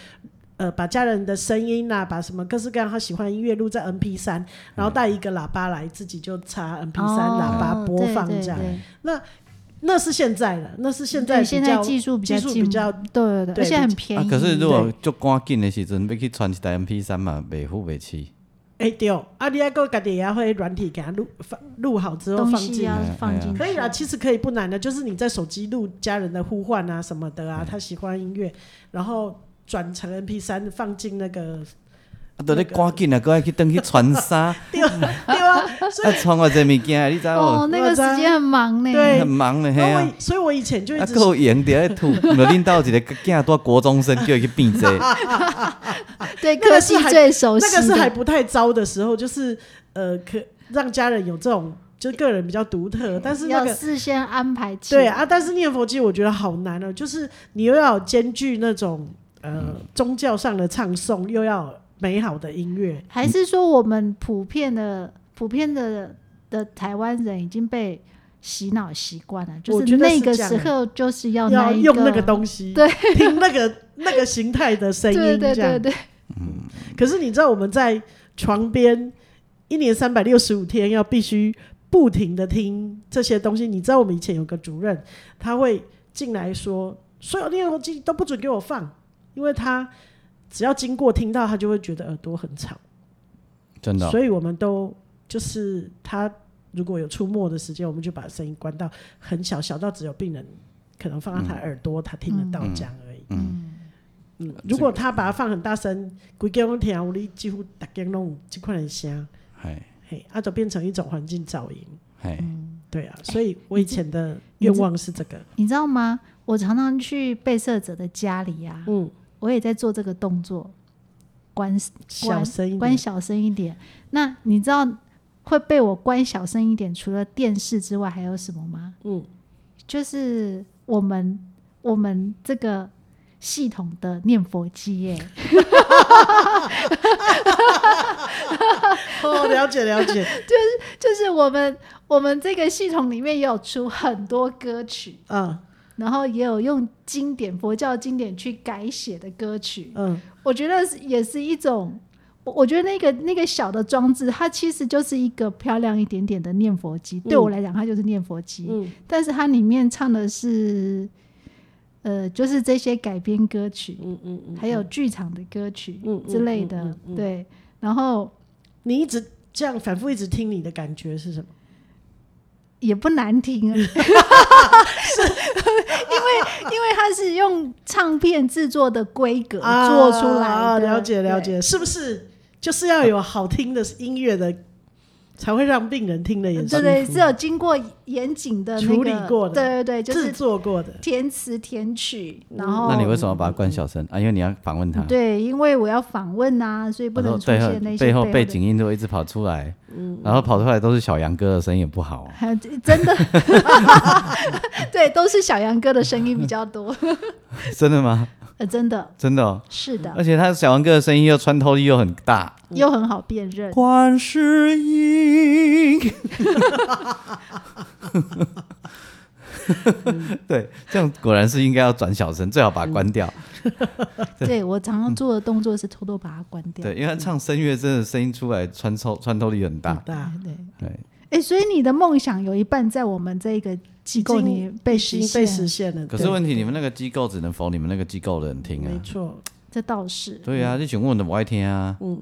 呃，把家人的声音呐、把什么各式各样他喜欢的音乐录在 M P 三，然后带一个喇叭来，自己就插 M P 三喇叭播放这样。
哦对对对
那是现在了，那是现在
对
比
现在
较
技术比较
技术
进
比较
步对对
对
对，而且很
比
便
啊，
宜。
可是如果足赶紧的时阵，要去传一台 M P 三嘛，袂付袂起。
哎对哦，啊，你还够家己也会软体给他录放录好之后
东
放
西
进
啊要
来。
哎呀
放进去，
可以啊啦，其实可以不难的，就是你在手机录家人的呼唤啊什么的
嗯
啊，他喜欢音乐，然后转成 M P 三放进那个
啊，都咧赶紧啊，搁爱去登去传沙，啊，
对对 啊，所以
传偌济物件，你知无？
哦，那个时间很忙呢。
对
很忙的嘿
然后我
啊
以。所以我以前就一
啊，
直
还有闲着咧吐， 就恁兜一个囝带国中生叫伊去变者，
对，
那个
科
是
技
还
最熟悉
那
的。
个是还不太糟的时候，就是呃，可让家人有这种就是个人比较独特，但是那
嗯要
个。
事先安排起。
对，啊，但是念佛机我觉得好难哦，就是你又要兼具那种呃
嗯
宗教上的唱诵，又要有美好的音乐，
还是说我们普遍的、普遍的的台湾人已经被洗脑习惯了，就
我觉得
那
是
个
这样
时候就是要
要
那一
用那个东西，
对，
听那个那个形态的声音，
对对
这样
对对，
可是你知道我们在床边一年三百六十五天要必须不停的听这些东西。你知道我们以前有个主任，他会进来说，所有念头机都不准给我放，因为他只要经过听到，他就会觉得耳朵很吵，
真的哦。
所以我们都就是他。如果有出没的时间，我们就把声音关到很小，小到只有病人可能放到他耳朵，他听得到这样而已。
嗯，
嗯，如果他把它放很大声，规间拢听，你几乎大间拢有这款的声，
嘿，
嘿，啊，就变成一种环境噪音。
嘿，
对啊，所以我以前的愿望是这个，
哎你知道吗？我常常去被摄者的家里啊，
嗯，
我也在做这个动作，关
小声一
关
点，
小声一点。那你知道会被我关小声一点，除了电视之外还有什么吗？
嗯，
就是我们我们这个系统的念佛机耶，
哦，了解了解，
就是我们我们这个系统里面也有出很多歌曲，
嗯
然后也有用经典佛教经典去改写的歌曲。
嗯，
我觉得是也是一种，我我觉得那个那个小的装置，它其实就是一个漂亮一点点的念佛机。对我来讲，它就是念佛机，
嗯
但是它里面唱的是，呃，就是这些改编歌曲，
嗯嗯嗯，
还有剧场的歌曲
嗯嗯
之类的，
嗯嗯嗯
对。然后
你一直这样反复一直听，你的感觉是什么？
也不 难听啊，因为因为它是用唱片制作的规格做出来的，
啊了解了
对。
解，是不是就是要有好听的音乐的，才会让病人听了也
对对，是有经过严谨的、那个、
处理过的
对对对，就
制
是
作过的，
填词填曲，
嗯
然后
那你为什么把它关小声啊？因为你要访问他。
哦对，因为我要访问啊，所以不
他说
能出
背后
现那些
背后
的
背景，音都一直跑出来，然后跑出来都是小杨哥的声音，也不好啊。
还 真的， 对，都是小杨哥的声音比较多，
真的吗？
呃真的
真的哦。
是的，
而且他小杨哥的声音又穿透力又很大。
又很好辨认。
观世音， 对，这样果然是应该要转小声，最好把它关掉。
对我常常做的动作是偷偷把它关掉。
嗯对，因嗯为他唱声乐真的声音出来穿透穿透力很大。
对啊。
对，
对，
哎，所以你的梦想有一半在我们这个机构
已
里
经
被
已
实
经
现
被，实现了。
可是
对
问题你们那个机构只能否你们那个机构的人听
没
啊。
错，
这倒是。
对啊，你询问的不爱听啊。
嗯
嗯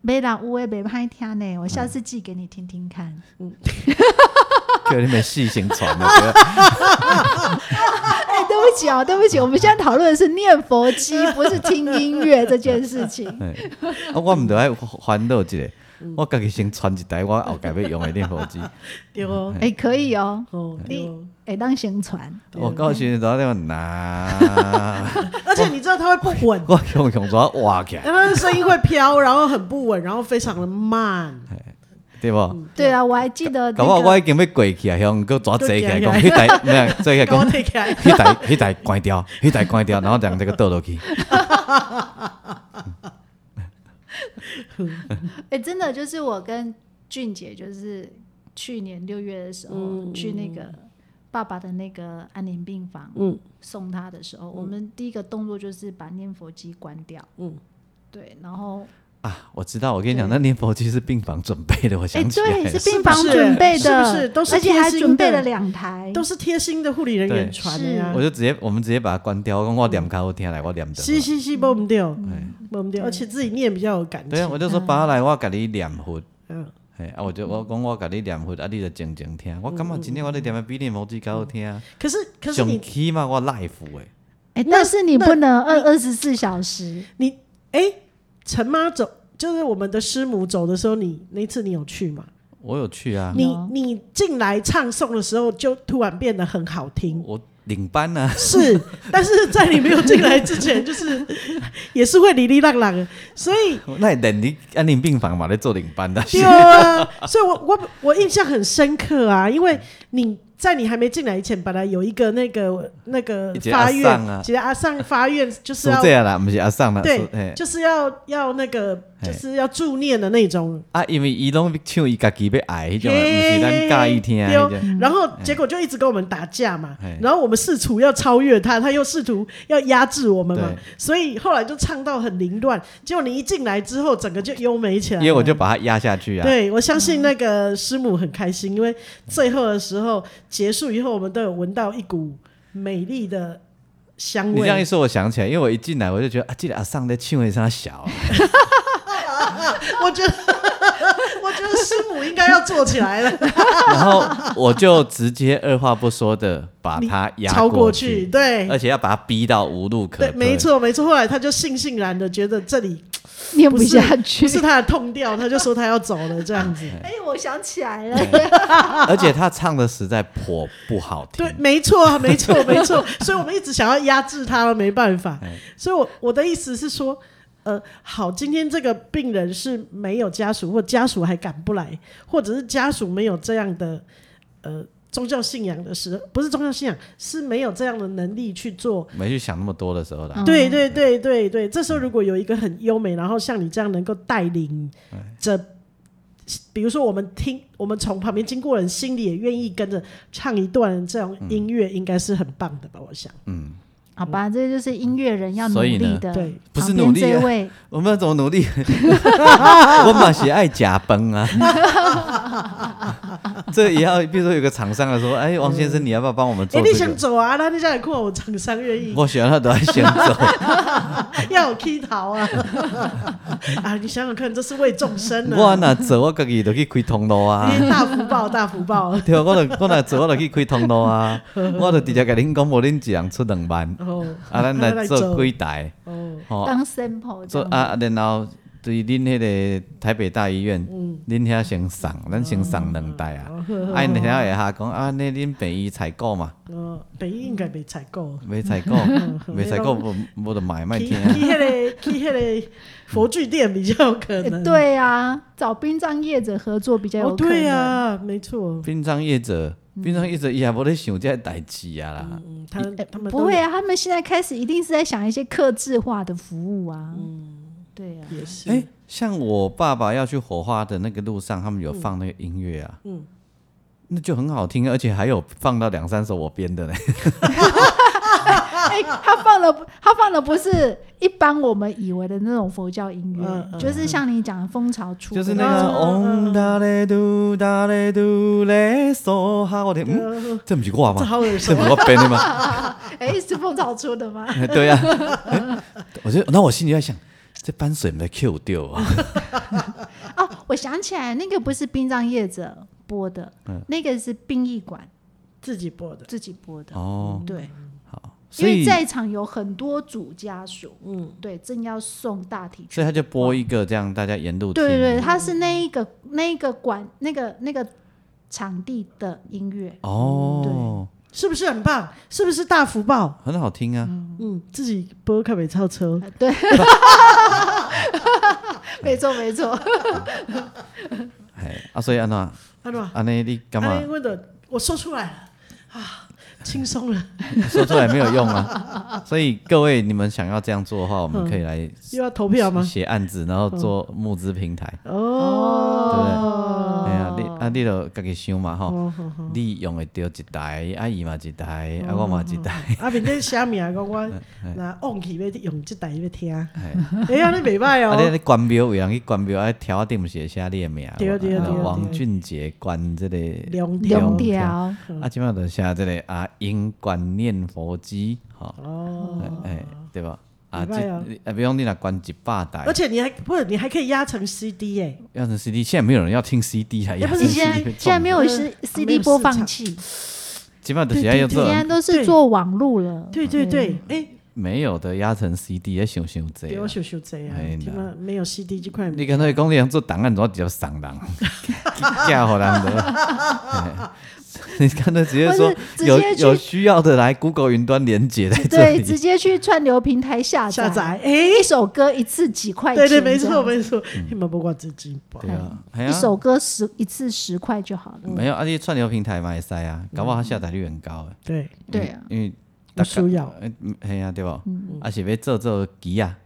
没啦，我也没拍听呢，我下次寄给你听听看。
给你们细行传啊的，不要
哎，对不起啊，对不起，我们现在讨论的是念佛 机，不是听音乐这件事情。
嘿啊，我毋着爱烦恼一个，我家己先传一台我后家要用的念佛 机，
对哦，
嗯
哎，可以哦，
哦，对哦。
哎，当宣传，
我哦到时阵在那拿，
而且你知道它会不稳，
我用用爪挖起来，
然后声音会飘，然后很不稳，然后非常的慢。
对无？
对啊，我还记得
搞
那
我我
个
已经要过去啊，向个抓坐起来，讲
就
迄台，啊没有坐 起来
给我
讲，
take 起来，
迄台迄台关掉，迄台关掉，然后将这个倒落去，
哎，真的就是我跟俊杰，就是去年六月的时候
嗯
去那个爸爸的那个安宁病房
嗯
送他的时候，我们第一个动作就是把念佛机关掉。
嗯，
对，然后
啊，我知道，我跟你讲，那念佛机是病房准备的，我
哎，
想起来
对，
了
是，病房
是不是
准备的，
是不是都是
而且还
贴心
准备
的
了两台，
都是贴心的护理人员传的啊呀
我。就直接我们直接把它关掉，我讲我念较好听来，我念的。
是是是，摸不掉，
哎
摸不掉，而且自己念比较有感
对啊，
情。
我就说爸来，我甲你念佛。
嗯，
嘿，啊，我就我讲我甲你念佛，啊，你就静静听。我感觉真天我咧念的比念佛机较好听，啊
可是嗯可是
上
你
起码我 life 欸诶，
哎，
那
但是你不能二二十四小时，
你哎，陈妈走，就是我们的师母走的时候，你那次你有去吗？
我有去啊，
你
有
你进来唱诵的时候，就突然变得很好听。
我领班啊，
是， 但是在你没有进来之前，就是 也是会哩哩浪浪的，所以
那等你安宁病房嘛咧做领班的，
对啊，所以我我我印象很深刻啊，因为你在你还没进来以前，本来有一个那个那个
一节
发
阿
愿
丧啊，
其实阿上发愿就是
是
要
这样啦，啊哎毋是阿上啦，是
对，
嘿，
就是要要那个
嘿
就是要助念的那种，
啊，因为伊拢唱伊家己要爱迄种的，毋
嘿
是咱介意听的
对
迄
哦
种，
然后结果就一直跟我们打架嘛
嘿，
然后我们试图要超越他，他又试图要压制我们嘛
对，
所以后来就唱到很凌乱。结果你一进来之后，整个就优美起来
因
了。
为我就把它压下去啊，
对，我相信那个师母很开心，因为最后的时候结束以后，我们都有闻到一股美丽的香
你这样一
味。
说，我想起来，因为我一进来我就觉得啊，这个阿上在唱的啥小啊，
我觉得， 我觉得师母应该要坐起来了，
然后我就直接二话不说的把他 压
超过
去呃
去，，对。
而且要把他逼到无路可
对，
退。
没，错，没错。后来他就悻悻然的觉得这里
念
不是
下
不
去。
是他的痛调，他就说他要走了，这样子。
哎，我想起来了，
而且他唱的实在颇不好听
对，。没错，没错，没错。所以我们一直想要压制他，没办法
哎。
所以我我的意思是说，呃，好，今天这个病人是没有家属，或家属还赶不来，或者是家属没有这样的呃宗教信仰的时候，不是宗教信仰，是没有这样的能力去做。
没去想那么多的时候啦
嗯，
对对对对对，这时候如果有一个很优美，然后像你这样能够带领着，比如说我们听，我们从旁边经过的人，心里也愿意跟着唱一段这种音乐，应该是很棒的吧？我想，
嗯，
好吧，这就是音乐人要努
所以呢
力的。
对，
不是
旁边
努力啊
这位
我们要怎么努力？ 我嘛是爱假崩啊， 这也要，比如说有个厂商的说，哎，王先生，你要不要帮我们
哎、
做
你
这
想
个？
走啊？那你下来看我厂商愿意
我想要都要先走，
要有 K 桃啊？ 啊，你想想看，这是为众生
我
啊，
若走，我家己就去开通路啊。
你大福报，大福报。
对啊，我就我若做，我就去开通路啊！我就直接甲恁讲，无恁一人出两万，
哦，
啊，咱来做几台，
哦，
吼、
当 sample 这
做
样
啊，啊然后对恁迄个台北大医院，恁遐先送，咱先送两台啊。啊，因遐会下讲啊，那恁北医采购嘛，
哦，北医应该没采购。
没采 购，没采购，无无得买卖
去
听
去
啊。
迄个去迄个佛具店比较有可
哎
能。
对啊，找殡葬业者合作比较有
哦，
可能。
对啊，没错。
殡葬业者，殡葬业者伊也无咧想这代志啊啦。
嗯，他他们
不会
啊，
啊，他们现在开始一定是在想一些克制化的服务啊。对啊，
嗯也是。
哎、像我爸爸要去火化的那个路上，他们有放那个音乐啊，嗯，那就很好听，而且还有放到两三首我编的呢。
哎，他放的不他放的不是一般我们以为的那种佛教音
嗯
乐，
嗯
就是像你讲的蜂巢出
就是
的
那
种
个
嗯嗯嗯
嗡哒嘞嘟哒嘞嘟嘞嗦哈，我的嗯，
呃
这不是我
这
吗？
好耳熟
这不，是我编的吗？
哎，是蜂巢出的吗？
对呀、啊，我就那我心里在想，这班水没 Q 掉啊，
哦，我想起来，那个不是殡葬业者，播的，那个是殡仪馆
自己播的，
自己播的，
哦，
对，因
所
为
以
在场有很多组家属，
嗯，
对，正要送大体去
所以他就播一个这样，大家沿路
对对
听
对，它是那一个那一个馆那个那个场地的音乐，嗯
哦，
是不是很棒？是不是大福报？
很好听啊，
嗯，自己播看没超车，
呃对， 没错没错，
哎啊，所以安娜
安诺，
安内你 干
哎
安
嘛
妮问的，我说出来了啊，轻松 了，
说出来没有用 啊？所以各位你们想要这样做的话，我
嗯
们可以来
又要投票吗？
写案子，然后做募资平台，
哦，
哎呀，你啊你就自己想嘛吼，
哦好好哦
你用会到一台，啊伊嘛一台，啊我嘛一台，
啊，明天写名讲
哎
我那忘记要用这台要听， 哎呀，你袂歹
啊你
哦，
你关庙有人去关庙，啊条顶毋是会写你的名，
对对
啊
对
王
对
俊杰关这个。
两条
两
条
条，
啊，即摆就写即个啊，因观念佛机，吼、
哦，
哎、哎对吧？啊，
明白啊
即啊，比方你若观一百台
而，且你还不是你还可以压成 CD 哎，
要成 CD，现在没有人要听 CD 还
要
要
不
听
是
你
CD，
现在现在没有
呃
是
没
CD
有
播
市
放
场
器，
即摆就是要用
现
做
在都是
对
做网路了，
对对对，
嗯
哎，
没有的压成 CD，要想想这
对我想想这啊
哎，
听啊，没有 CD 这块，
你跟他讲，你人做档案，怎么直接送人？ 嫁好人的， 你看他直接说
或是直接
有
去
有需要的来 Google 云端连接 在这
对，
里，
直接去串流平台下
下载
载，
哎，
一首歌一次几块钱
对
这
对，没
样，
错没错，你们不管自己吧
嗯对，啊，哎
一
呀，嗯
首歌十一次十块就好了，
没有，而且串流平台嘛也塞啊，
嗯
搞不好它下载率很高诶。
对，
对啊，
因为
有需要，
呃嗯嘿啊，对吧？啊是要做做机啊，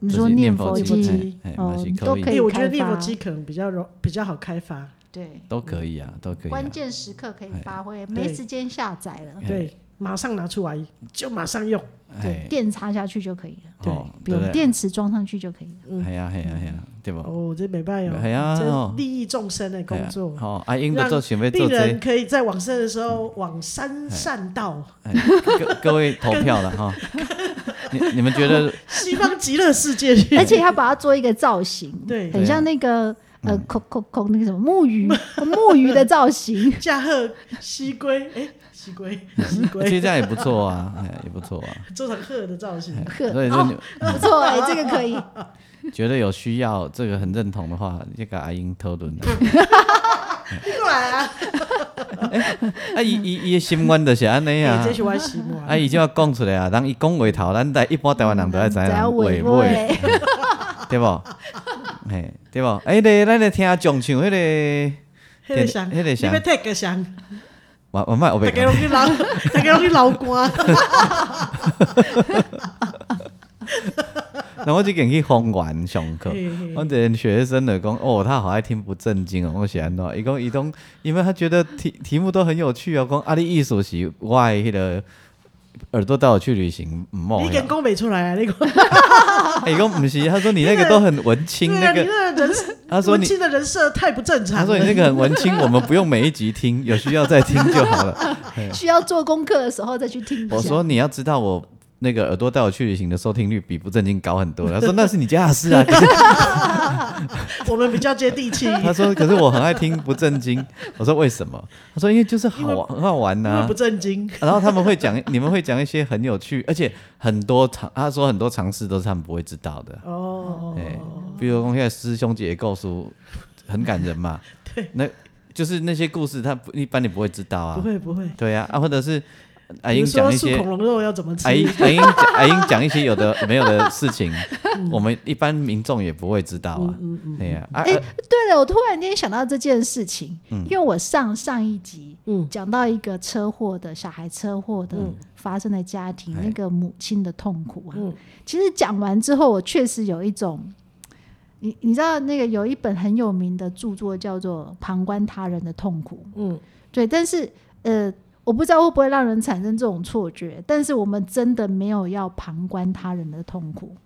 你
就是
说
念
念
佛
佛
机
机
嘿嘿嘛
哦
是，可
都
以
可
哎，我
以
觉得
开
念佛
发，
机可能比较容比较好开发，
对。
都可以啊，都可以啊。
关键时刻可以发
哎
挥，没时间下载了，
对，马上拿出来就马上用，
对，
哎，
电插下去就可以了，
哦，
不
对不
用
对？
电嗯池装上去就可以了。
系啊，系啊，系啊，对吧？
哦，这没办法
哎呀
哦
哦，
这利益众生的工作。
哦，啊，因都做想要
病
做
人
这，嗯
可以在往生的时候往山善道，
哎各各位投票了哈。你你们觉得
西方极乐世界去。
而且要把它做一个造型，
对
很像那个呃，
嗯
孔孔孔那个什么木鱼，木鱼的造型，
驾鹤西归，哎，西归，西
其实
归，
这样也不错啊，哎，也不错啊。
做成鹤的造型。
可
所以说
哦，不错哎，这个可以，
你觉得有需要，这个很认同的话，就给阿英讨论啊。
过来啊，
啊，伊伊伊的心愿就是安 尼
哎
啊
这。是我西莫
啊，伊就要讲出来啊，人伊讲话头，咱台一般台湾人都要知
只要
人
尾
话尾。对不？嘿，对不？哎、那个咱来听讲唱迄个，
迄个香，
那个谁
你要 take 个香，
我我卖我
大
别
家拢去老， 大家拢去老 官，
那我就给去方圆上课
嘿嘿。
我一个学生就讲，哦，他好爱听不正经哦，我是安怎？伊讲伊讲，因为他觉得题题目都很有趣哦，讲啊，你艺术是我的迄、个。耳朵带我去旅行，唔好
你
呀
跟。讲袂出来啊，你讲，
哎伊讲唔是，他说你那个都很文青，
对
那
啊，你
个
那个人，
他说
文
你
青的人设太不正
他
常
说你
了。
那个很文青，我们不用每一集听，有需要再听就好了。
需要做功课的时候再去听一下。
我说你要知道我。那个耳朵带我去旅行的收听率比不正经高很多。他说那是你家的事啊。可是
我们比较接地气，
他
因
说可是我很爱听不正经。我说为什么？他说因为就是好玩，很好玩呐、
为不正经。
然后他们会讲，你们会讲一些很有趣，而且很多常他说很多常识都是他们不会知道的。
哦，
哎，比如说现在师兄姐构书很感人嘛。对，那就是那些故事他不一般你不会知道
不
啊。
会不会，
对啊，啊或者是阿
比
英
如
讲
说
一
素
些
恐龙肉要怎么吃
阿？英阿英讲阿英讲一些有的没有的事 情，
嗯
我们一般民众也不会知道啊。哎呀，啊，
呃
哎
啊
对了，我突然间想到这件事情，因为我上上一集
嗯
讲到一个车祸的小孩车祸的发生的家庭，
哎
那个母亲的痛苦啊。
嗯
其实讲完之后，我确实有一种，你你知道那个有一本很有名的著作叫做《旁观他人的痛苦》，
嗯，
对，但是呃。我不知道会不会让人产生这种错觉，但是我们真的没有要旁观他人的痛苦，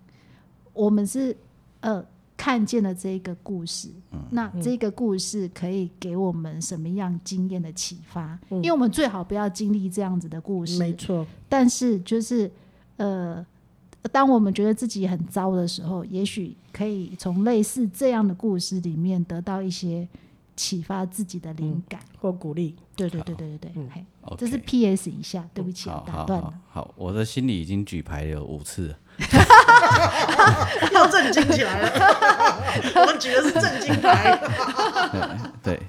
我们是呃看见了这一个故事，
嗯
那这个故事可以给我们什么样经验的启发？因为我们最好不要经历这样子的故事，
嗯没错，
但是就是呃，当我们觉得自己很糟的时候，也许可以从类似这样的故事里面得到一些启发自己的灵感。
或鼓励。
对对对对对对，嘿，
嗯 OK
这是 P.S. 一下，对不起啊
好，
打
好
断
好
了。
好，我的心里已经举牌了五次了。
要震惊起来了，我们举的是震惊牌。
对，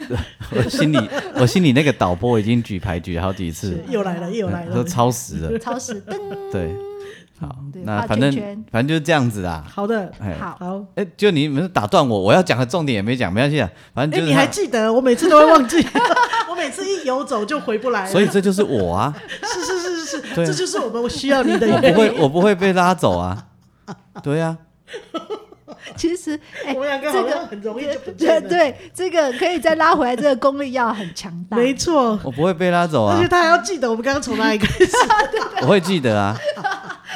我心里我心里那个导播已经举牌举好几次，
又来了，又来
都
了。
哎超时了。
超时噔，
对，好，
对
那
啊
画
反
圈
正
圈
反正就是这样子啦。
好的，
哎，
好，
好。
哎，就你们打断我，我要讲的重点也没讲，没关系啊，反正
哎，
就
你
是他
还记得？我每次都会忘记， 我每次一游走就回不来了。
所以这就是我啊，
是是是是是，
对啊
这就是我们需要你的
我不
原
会
因。
我不会被拉走啊，对啊，
其实哎，
我们两个
这
好
个
像很容易就不
对
见了。
对，这个可以再拉回来，这个功力要很强大。
没错，
我不会被拉走啊
而且，他还要记得我们刚刚从哪里开始。
我会记得啊，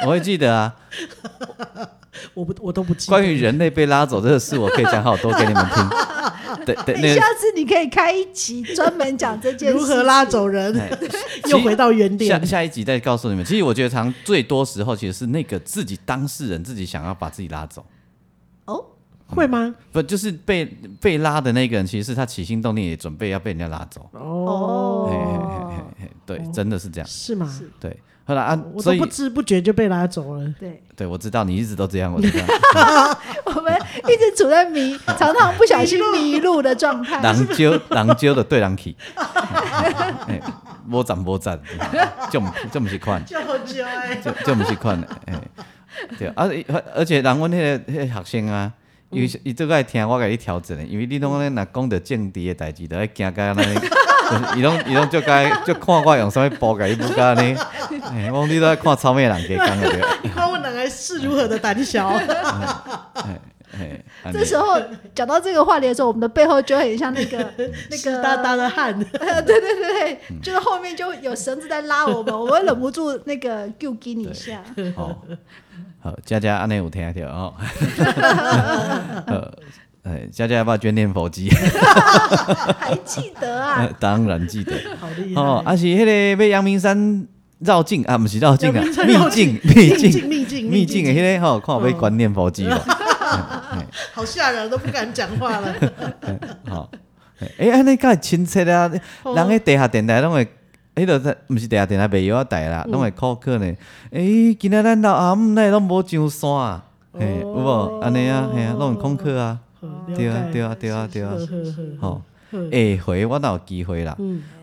我会记得啊。
我不，我都不记得。
关于人类被拉走这个事，我可以讲好多给你们听。对对，
你
那个
下次你可以开一集专门讲这 件事，
如何拉。走人，
哎
又回到原点
下。下一集再告诉你们。其实我觉得，常最多时候其实是那个自己当事人自己想要把自己拉走，
哦，
会吗？
不就是被被拉的那个人，其实是他起心动念也准备要被人家拉走。
哦，
嘿嘿嘿嘿嘿对，真的是这样。
是吗？
是
对，后来啊，
我
哎
都
所以
不知不觉就被拉走 了。
对，
对我知道你一直都这样，我知道
我们一直处在迷，常常不小心迷路的状 态。
狼揪狼揪的对狼起，哎摸斩摸斩，就不就不是款，
就 就哎，
就就不是款的，哎，对，而、而而且人阮迄、个迄、个学生啊，伊伊最爱听我甲你调整的，因为你拢咧若讲着政治的代志，着爱惊甲咱尼，伊拢伊拢就该就看我用啥物步甲伊舞甲安尼，哎，我讲你都爱看草莓人家讲的对，
你看我奶奶是如何的胆 小，
哎，安尼
这时候讲到这个话题的时候，我们的背后就很像那个那
湿
个
哒哒的汗。
对对对对，就是后面就有绳子在拉我们，我会忍不住那个救给你一下。
好，好，佳佳安尼有听着哦， 呃，哎，佳佳要不要捐念佛机？
还记得 啊？
当然记得。
好厉害
哦，啊是迄个要阳明山绕境啊，毋是绕境啊
阳明，山
秘
绕
境
境
秘
秘
境
境哦秘境
秘
秘
境
境
的迄个吼，看有被观念佛机无？
好吓人，都不敢讲话了。 哦
吼，哎，安尼会亲切啊，人迄地下电台拢会。迄落在毋是地下电台袂晓台
嗯
啦，拢会考课呢。诶，今仔咱老阿姆奈拢无上山啊，嘿，有无？安尼啊，嘿啊，拢有功课啊，
嗯哦了
对啊，
解
对啊，对啊，对啊
呵。呵呵
吼，
嗯
下回我若有机会啦，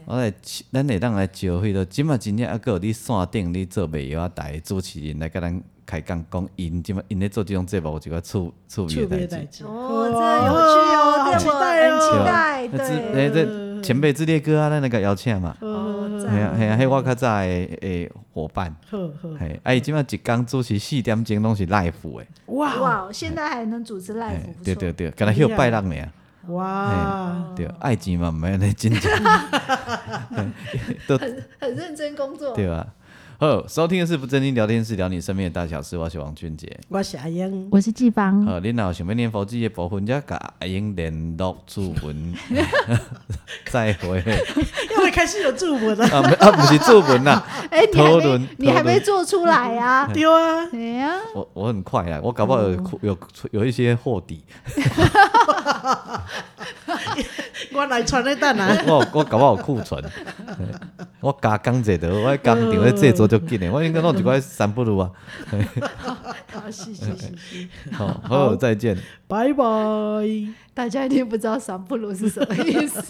我来咱会当来招迄个，即马真正还佫有你线顶你做袂晓啊，台的主持人来甲咱开讲讲因即马因咧做即种节目有一个趣趣味
触别
的
代
代志。
志
哦，这有趣哦，
好
对
期
我
待
很期
哦。
待，
那之
对，
诶，这前辈之列哥啊，咱来甲邀请嘛。
哦，
系啊系啊，迄我较早诶诶伙伴，
呵呵，
嘿，啊伊即马一工主持四点钟拢是 live 诶，
哇
哇，现在还能主持 live，
嘿
不
哎对
错
对对，敢若迄拜六尔。
哇，
对，爱情嘛，毋免咧真正，都
很认真工作。
对吧？好，收听的是不正经聊天室，聊你身边的大小事。我是王俊杰。
我是阿英，
我是季芳，
好，你若有想要念佛记的部分，则甲阿英联络主 文。再会
因为开始有注文了。
啊，不啊，不是主文啦，
哎，你还
头轮
没你还
头
没
轮
做出来 呀？
丢啊，
哎呀，
我我很快啦，我搞不好
哦
有有有一些货底，
我来传那蛋 啊。
我我我搞不好有库存， 嘿我加工者的，我工厂咧制作就紧的，我应该弄一块三不如啊。哦
好，谢谢 谢谢，
好，好，再见。
拜拜。
大家一定不知道“散不如”是什么意思。